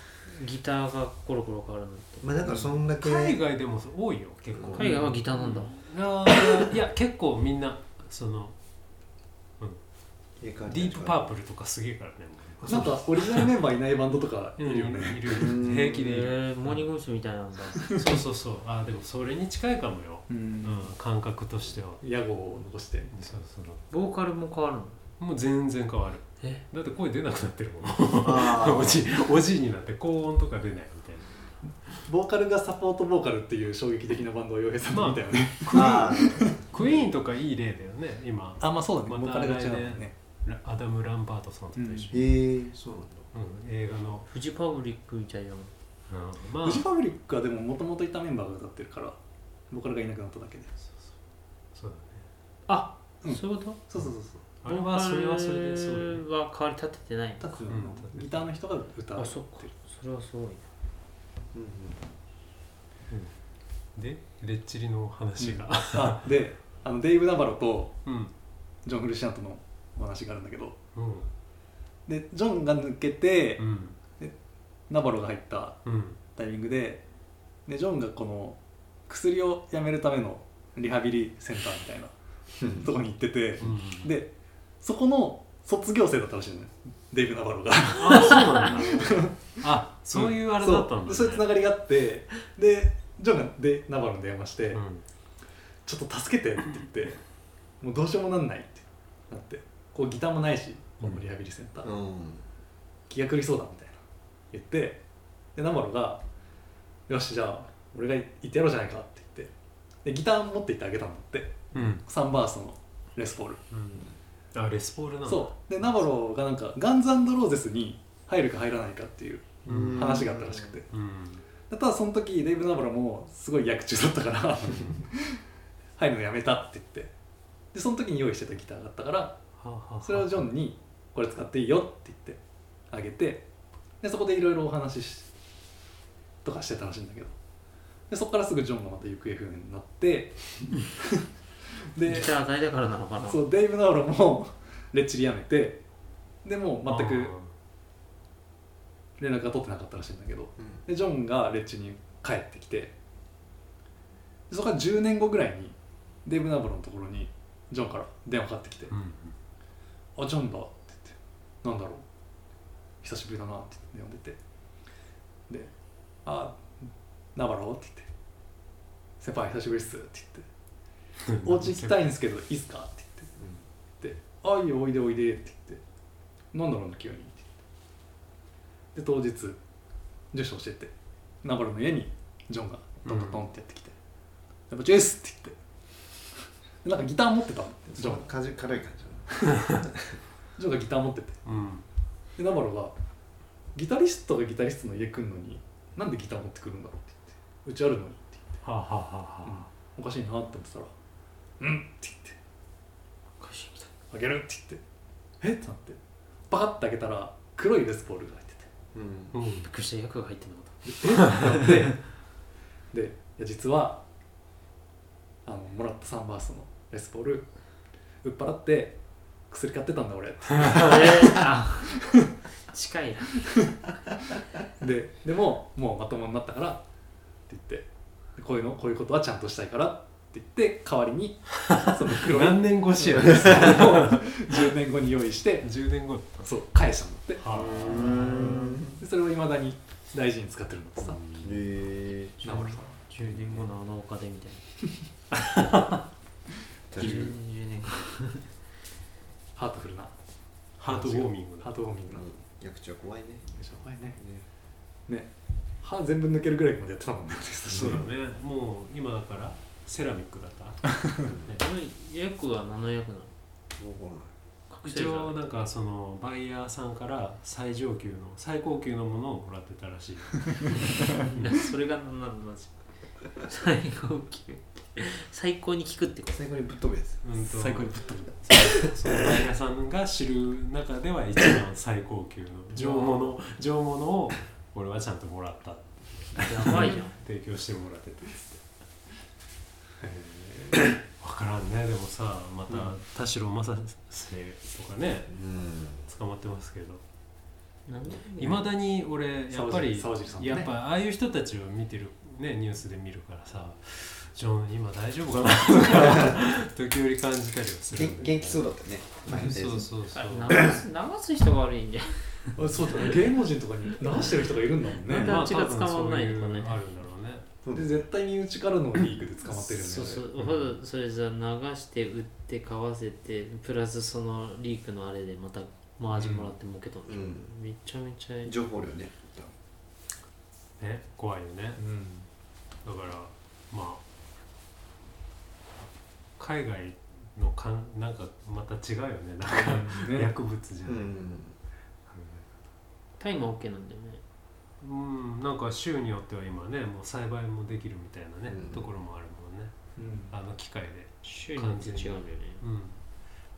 [SPEAKER 4] ギターがコロコロ変わるのって。
[SPEAKER 2] まあだからそんだけ
[SPEAKER 3] 海外でも多いよ結構
[SPEAKER 4] 海外はギターなんだ。
[SPEAKER 3] あーいや結構みんなその
[SPEAKER 2] デ
[SPEAKER 3] ディープパープルとかすげえからね
[SPEAKER 1] なんかオリジナルメンバーいないバンドとかい
[SPEAKER 3] もう
[SPEAKER 1] るよね、
[SPEAKER 3] いる
[SPEAKER 2] うん
[SPEAKER 3] 平気でいる
[SPEAKER 4] えー、モーニング娘。みたいなんだ。
[SPEAKER 3] そうそうそうあーでもそれに近いかもよ、
[SPEAKER 1] う
[SPEAKER 3] うん
[SPEAKER 1] ん、
[SPEAKER 3] 感覚としては
[SPEAKER 1] 屋号を残して
[SPEAKER 3] そうそう
[SPEAKER 4] ボーカルも変わるの。
[SPEAKER 3] もう全然変わる
[SPEAKER 4] え
[SPEAKER 3] だって声出なくなってるも
[SPEAKER 2] あー
[SPEAKER 3] んおじいおじいになって高音とか出ないみたいな
[SPEAKER 1] ボーカルがサポートボーカルっていう衝撃的なバンドを洋平さんと見たよね、
[SPEAKER 2] あ
[SPEAKER 3] クイーンとかいい例だよね今
[SPEAKER 1] あ、まあそう
[SPEAKER 3] だね
[SPEAKER 1] ボーカルが違うんだよね
[SPEAKER 3] ラアダム・ランバートさんと一緒
[SPEAKER 2] ー、へえそうなんだ
[SPEAKER 3] うん映画の、
[SPEAKER 4] フジパブリックみたいなの。
[SPEAKER 3] うんまあ
[SPEAKER 1] フジファブリックはでももともといたメンバーが歌ってるからボーカルがいなくなっただけで
[SPEAKER 3] そうだね
[SPEAKER 4] あ、
[SPEAKER 1] うん
[SPEAKER 4] そういうこと
[SPEAKER 1] そうそうそうそう
[SPEAKER 3] あれはそれはそれでそう
[SPEAKER 4] ボー
[SPEAKER 3] よ
[SPEAKER 4] カルは変わり立ててないの。
[SPEAKER 1] タツのギターの人が歌
[SPEAKER 4] あ、
[SPEAKER 1] っ
[SPEAKER 4] そっか
[SPEAKER 1] てる。
[SPEAKER 4] それはすごいな。
[SPEAKER 2] うんうん
[SPEAKER 3] でレッチリの話が、
[SPEAKER 1] あ であのデイブ・ナバロと
[SPEAKER 3] うん
[SPEAKER 1] ジョン・フルシアントのお話があるんだけど
[SPEAKER 3] うん
[SPEAKER 1] でジョンが抜けて、
[SPEAKER 3] うん
[SPEAKER 1] ナバロが入った
[SPEAKER 3] うん
[SPEAKER 1] タイミングででジョンがこの薬をやめるためのリハビリセンターみたいな とこに行ってて
[SPEAKER 3] うん
[SPEAKER 1] でそこの卒業生だったらしいのねデイブ・ナバロが
[SPEAKER 3] あそうなんだ あそういうあれだったんだ、ね
[SPEAKER 1] そうそういうつながりがあってでジョンがでナバロに電話して、
[SPEAKER 3] うん
[SPEAKER 1] ちょっと助けてって言ってもうどうしようもなんないってなってこうギターもないしこのリハビリセンター、
[SPEAKER 2] うん
[SPEAKER 1] 気が狂いそうだみたいな言ってでナマロが「よしじゃあ俺が行ってやろうじゃないか」って言ってでギター持って行ってあげたんだって
[SPEAKER 3] うん
[SPEAKER 1] サンバースのレスポール、
[SPEAKER 3] うん、あレスポールなの
[SPEAKER 1] そうでナマロがなんかガンズローゼスに入るか入らないかっていう
[SPEAKER 3] うん
[SPEAKER 1] 話があったらしくて
[SPEAKER 3] うん
[SPEAKER 1] でただその時デイブ・ナバロもすごい役中だったから 入るのやめたって言ってでその時に用意してたギターがあったから
[SPEAKER 3] はあはあはあ
[SPEAKER 1] それをジョンに「これ使っていいよ」って言ってあげてでそこでいろいろお話ししとかしてたらしいんだけどでそこからすぐジョンがまた行方不明になって
[SPEAKER 4] ギ
[SPEAKER 1] で
[SPEAKER 4] ター大だからなのかな。
[SPEAKER 1] そうデイブ・ナウロも レッチリやめてでもう全
[SPEAKER 3] あ
[SPEAKER 1] く連絡が取ってなかったらしいんだけど
[SPEAKER 2] うん
[SPEAKER 1] でジョンがレッチリに帰ってきてでそこから10年後ぐらいにデイブ・ナウロのところにジョンから電話かかってきて
[SPEAKER 3] ーうん
[SPEAKER 1] あジョンだ」って言って「なんだろう久しぶりだな」って言って呼んでてで「あナバロ?」って言って「先輩久しぶりっす」って言って「お家行きたいんですけどいいっすか?」って言って「であいいよおいでおいで」って言って「なんだろうな急に」って言ってで当日住所教えてナバロの家にジョンがトントントンってやってきて「やっぱジュース!」って言ってでなんかギター持ってたんだってジョンが
[SPEAKER 2] 感じ軽い感じ
[SPEAKER 1] ジョンがギター持ってて
[SPEAKER 3] うん
[SPEAKER 1] でナバロが「ギタリストがギタリストの家来るのになんでギター持ってくるんだろう」って言って「うちあるのに」って言って
[SPEAKER 3] はあはあはあはあ
[SPEAKER 1] おかしいなって思ってたら「うん」って言って
[SPEAKER 4] おかしいみたい
[SPEAKER 1] 「あげる」って言って「えっ?」てなってパカッて開けたら黒いレスポールが入ってて
[SPEAKER 2] うん
[SPEAKER 3] うん
[SPEAKER 4] びっくりした役が入ってんのか
[SPEAKER 1] ででいや実はあのもらったサンバースのレスポール売っ払って薬買ってたんだ俺って
[SPEAKER 4] と思った。 えーあ、近いな。
[SPEAKER 1] ででももうまともになったからって言ってこういうのこういうことはちゃんとしたいからって言って代わりにその黒い
[SPEAKER 3] 何年越しや
[SPEAKER 1] それを10年後に用意して
[SPEAKER 3] 10年後だった
[SPEAKER 1] そう返したんだって
[SPEAKER 3] は
[SPEAKER 1] でそれをいまだに大事に使ってるんだってさ
[SPEAKER 2] え
[SPEAKER 1] 名森さん
[SPEAKER 4] 10年後のあのお金みたい
[SPEAKER 2] ー、
[SPEAKER 4] な
[SPEAKER 2] 確かに
[SPEAKER 4] 10年後
[SPEAKER 1] ハートフルな
[SPEAKER 3] ハートウォーミング
[SPEAKER 1] ハ
[SPEAKER 3] だ
[SPEAKER 1] ートウォーミングな
[SPEAKER 2] 役者怖いね
[SPEAKER 1] しょうがないねね歯全部抜けるぐらいまでやってたもんね
[SPEAKER 3] そうだねもう今だからセラミックだった
[SPEAKER 4] 予約は何の予約なの
[SPEAKER 2] もう
[SPEAKER 4] 覚醒
[SPEAKER 3] 一応
[SPEAKER 4] 剤
[SPEAKER 3] なんかそのバイヤーさんから最上級の最高級のものをもらってたらしい
[SPEAKER 4] いやそれが何なのマジ最高級最高に効くってこ
[SPEAKER 2] 最後にぶっ飛ぶやつ
[SPEAKER 3] うんと
[SPEAKER 1] 最高にぶっ飛ぶ
[SPEAKER 3] そのバイヤーさんが知る中では一番最高級の上物上物を俺はちゃんともらった
[SPEAKER 4] とやばいじゃん
[SPEAKER 3] 提供してもらってて 分からんねでもさま
[SPEAKER 1] うん
[SPEAKER 3] た田代正成とかね
[SPEAKER 2] うん
[SPEAKER 3] 捕まってますけど
[SPEAKER 4] なんで
[SPEAKER 3] いまだに俺やっぱり
[SPEAKER 1] 沢尻さんね
[SPEAKER 3] やっぱああいう人たちを見てるねニュースで見るからさジョン今大丈夫かなとか 時折感じたりはする
[SPEAKER 2] 元元気そうだったね
[SPEAKER 3] そうそうそう
[SPEAKER 4] 流す流す人が悪いんじゃん
[SPEAKER 1] あそうだね芸能人とかに流してる人がいるんだもん
[SPEAKER 4] なん
[SPEAKER 1] ね
[SPEAKER 4] であっちが捕まんないのかね
[SPEAKER 3] まあ多分そういうあるんだろうね
[SPEAKER 2] そう
[SPEAKER 1] で絶対身内からのリークで捕まってるよね
[SPEAKER 4] そうそうわざわざそれじゃ流して売って買わせてプラスそのリークのあれでまたマージンもらって儲けたんでしょ、
[SPEAKER 2] うん
[SPEAKER 4] めちゃめちゃいい
[SPEAKER 2] 情報量ね
[SPEAKER 3] ね怖いよね
[SPEAKER 1] うん
[SPEAKER 3] だからまあ海外のかんなんかまた違うよねなんか
[SPEAKER 1] ね
[SPEAKER 3] 薬物じゃ
[SPEAKER 2] う
[SPEAKER 3] ない、
[SPEAKER 2] ん
[SPEAKER 4] タイム OK なんだよね
[SPEAKER 3] うん、なんか州によっては今ねもう栽培もできるみたいなね、
[SPEAKER 2] うん
[SPEAKER 3] ところもあるもんね
[SPEAKER 1] うん
[SPEAKER 3] あの機械で
[SPEAKER 4] 週によって違うんだよね
[SPEAKER 3] うん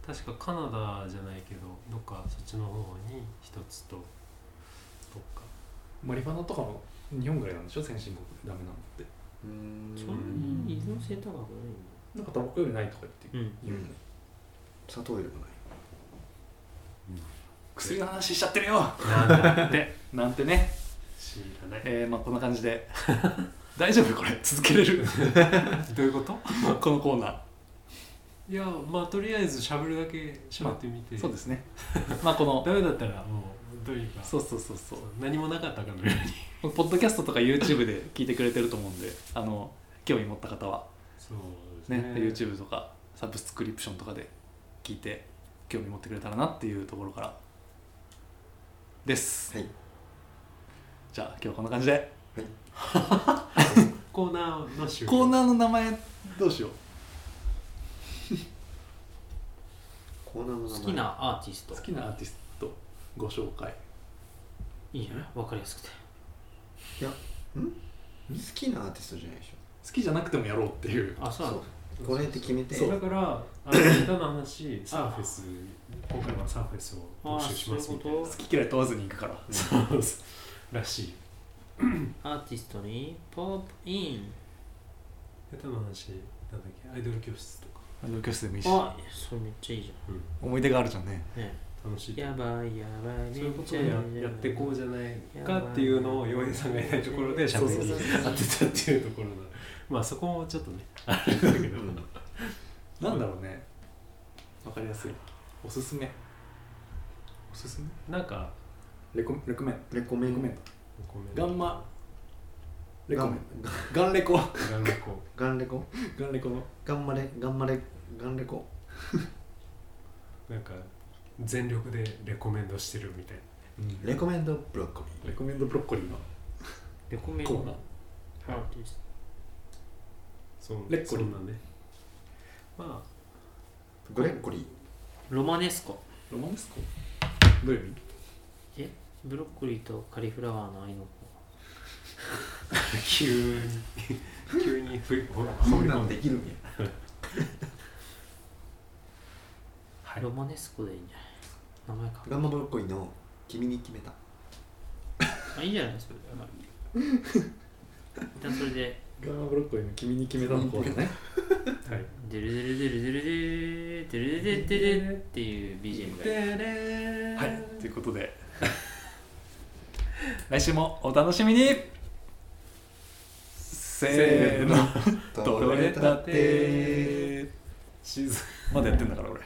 [SPEAKER 3] 確かカナダじゃないけどどっかそっちの方に一つとどっか
[SPEAKER 1] マリファナとかも日本ぐらいなんでしょ先進国でダメなんだって
[SPEAKER 2] うん
[SPEAKER 4] そんなに依存性高くな
[SPEAKER 1] なんかタバコよりないとか言って
[SPEAKER 4] いんだ
[SPEAKER 1] 言うよ
[SPEAKER 2] う
[SPEAKER 1] ね
[SPEAKER 2] ん砂糖よりもない
[SPEAKER 1] 薬の話しちゃってるよ
[SPEAKER 3] なんだって
[SPEAKER 1] なんてね
[SPEAKER 3] 知らない
[SPEAKER 1] えーまあこんな感じで 大丈夫これ続けれる
[SPEAKER 3] どういうこと
[SPEAKER 1] このコーナー
[SPEAKER 3] いやまあとりあえずしゃべるだけしゃべってみて、
[SPEAKER 1] そうですねまあこの
[SPEAKER 3] ダメだったらもうどういうか
[SPEAKER 1] そうそうそうそう
[SPEAKER 3] 何もなかったかのように
[SPEAKER 1] ポッドキャストとか YouTube で聞いてくれてると思うんであの興味持った方は
[SPEAKER 3] そうです
[SPEAKER 1] ね YouTube とかサブスクリプションとかで聞いて興味持ってくれたらなっていうところからです、
[SPEAKER 2] はい
[SPEAKER 1] じゃあ今日はこんな感じで
[SPEAKER 3] コーナーの終了
[SPEAKER 1] コーナーの名前どうしよう
[SPEAKER 2] コーナーの名
[SPEAKER 4] 好
[SPEAKER 2] 前
[SPEAKER 4] きなアーティスト
[SPEAKER 1] 好きなアーティストご紹介
[SPEAKER 4] いいじゃない分かりやすくて
[SPEAKER 2] いやん好きなアーティストじゃないでしょ
[SPEAKER 1] 好きじゃなくてもやろうっていう
[SPEAKER 4] あそうなの
[SPEAKER 2] これって決めて
[SPEAKER 3] そうだから あの下手な話サーフェス今回はサーフェスを
[SPEAKER 4] あ
[SPEAKER 3] 募
[SPEAKER 4] あ
[SPEAKER 3] 集し
[SPEAKER 4] そう
[SPEAKER 3] ま
[SPEAKER 4] いう
[SPEAKER 3] すみ
[SPEAKER 4] こ
[SPEAKER 3] たいな
[SPEAKER 4] と
[SPEAKER 1] 好き嫌い問わずに行くから
[SPEAKER 3] そうですらしい
[SPEAKER 4] アーティストにポップイン
[SPEAKER 3] 下手な話なんだっけアイドル教室とか、
[SPEAKER 1] 教室でもいいし
[SPEAKER 4] あそれめっちゃいいじ
[SPEAKER 1] 思い出があるじゃんね
[SPEAKER 4] ゃんね
[SPEAKER 3] 楽しい
[SPEAKER 4] やばいやばい
[SPEAKER 3] そういうことをややってこうじゃないかっていうのを洋平さんがいないところでしゃべりに
[SPEAKER 4] そうそうそうそ
[SPEAKER 3] 当
[SPEAKER 4] う
[SPEAKER 3] てたっていうところだまあそこもちょっとねあれだけど、
[SPEAKER 2] うん
[SPEAKER 1] なんだろうねわかりやすいおすすめおすすめ
[SPEAKER 3] なんか
[SPEAKER 1] レコレコメン
[SPEAKER 2] レコメ
[SPEAKER 1] レ
[SPEAKER 2] ン
[SPEAKER 1] コメン
[SPEAKER 3] ごめん
[SPEAKER 1] ガンマレコ
[SPEAKER 2] ガ
[SPEAKER 1] メン
[SPEAKER 2] ン
[SPEAKER 1] ガンレコ
[SPEAKER 3] ガンレコ
[SPEAKER 2] ガンレコ
[SPEAKER 1] ガンレコの
[SPEAKER 2] ガンマレガンマレガンレコ
[SPEAKER 3] なんか全力でレコメンドしてるみたいな
[SPEAKER 2] レコメンドブロッコ
[SPEAKER 1] レコメンドブロッコリーの
[SPEAKER 4] レコメン
[SPEAKER 1] コ
[SPEAKER 4] ド
[SPEAKER 1] ーナー
[SPEAKER 4] アーティス
[SPEAKER 3] そう
[SPEAKER 1] レッコリ
[SPEAKER 3] そんなねま
[SPEAKER 2] リーグレッコリー
[SPEAKER 4] トロマネスコ
[SPEAKER 1] ロマンスコどういう意味
[SPEAKER 4] ブロッコリーとカリフラワーの愛の
[SPEAKER 3] あ急に急にふりほ
[SPEAKER 2] そ
[SPEAKER 3] 放
[SPEAKER 2] ん
[SPEAKER 3] り
[SPEAKER 2] な
[SPEAKER 3] 込
[SPEAKER 2] ん
[SPEAKER 3] ん
[SPEAKER 2] で
[SPEAKER 3] で
[SPEAKER 2] きるんや
[SPEAKER 3] は
[SPEAKER 4] 子
[SPEAKER 3] い
[SPEAKER 4] ロマネスコでいいんじゃない名前か
[SPEAKER 2] ガンマブロッコリーの君に決めた
[SPEAKER 4] あいいんじゃないそれまあ一旦それで
[SPEAKER 1] ガンマブロッコリーの君に決めたのコーナーね
[SPEAKER 3] はい
[SPEAKER 4] デルデルデルデルデルデルデルデルデルっていう BGM が
[SPEAKER 1] はいということで来週もお楽しみにせーの
[SPEAKER 2] ど
[SPEAKER 1] ど
[SPEAKER 2] れ
[SPEAKER 1] れ
[SPEAKER 2] だ
[SPEAKER 1] だ
[SPEAKER 2] っ
[SPEAKER 1] っててシーズンまだやってんだから俺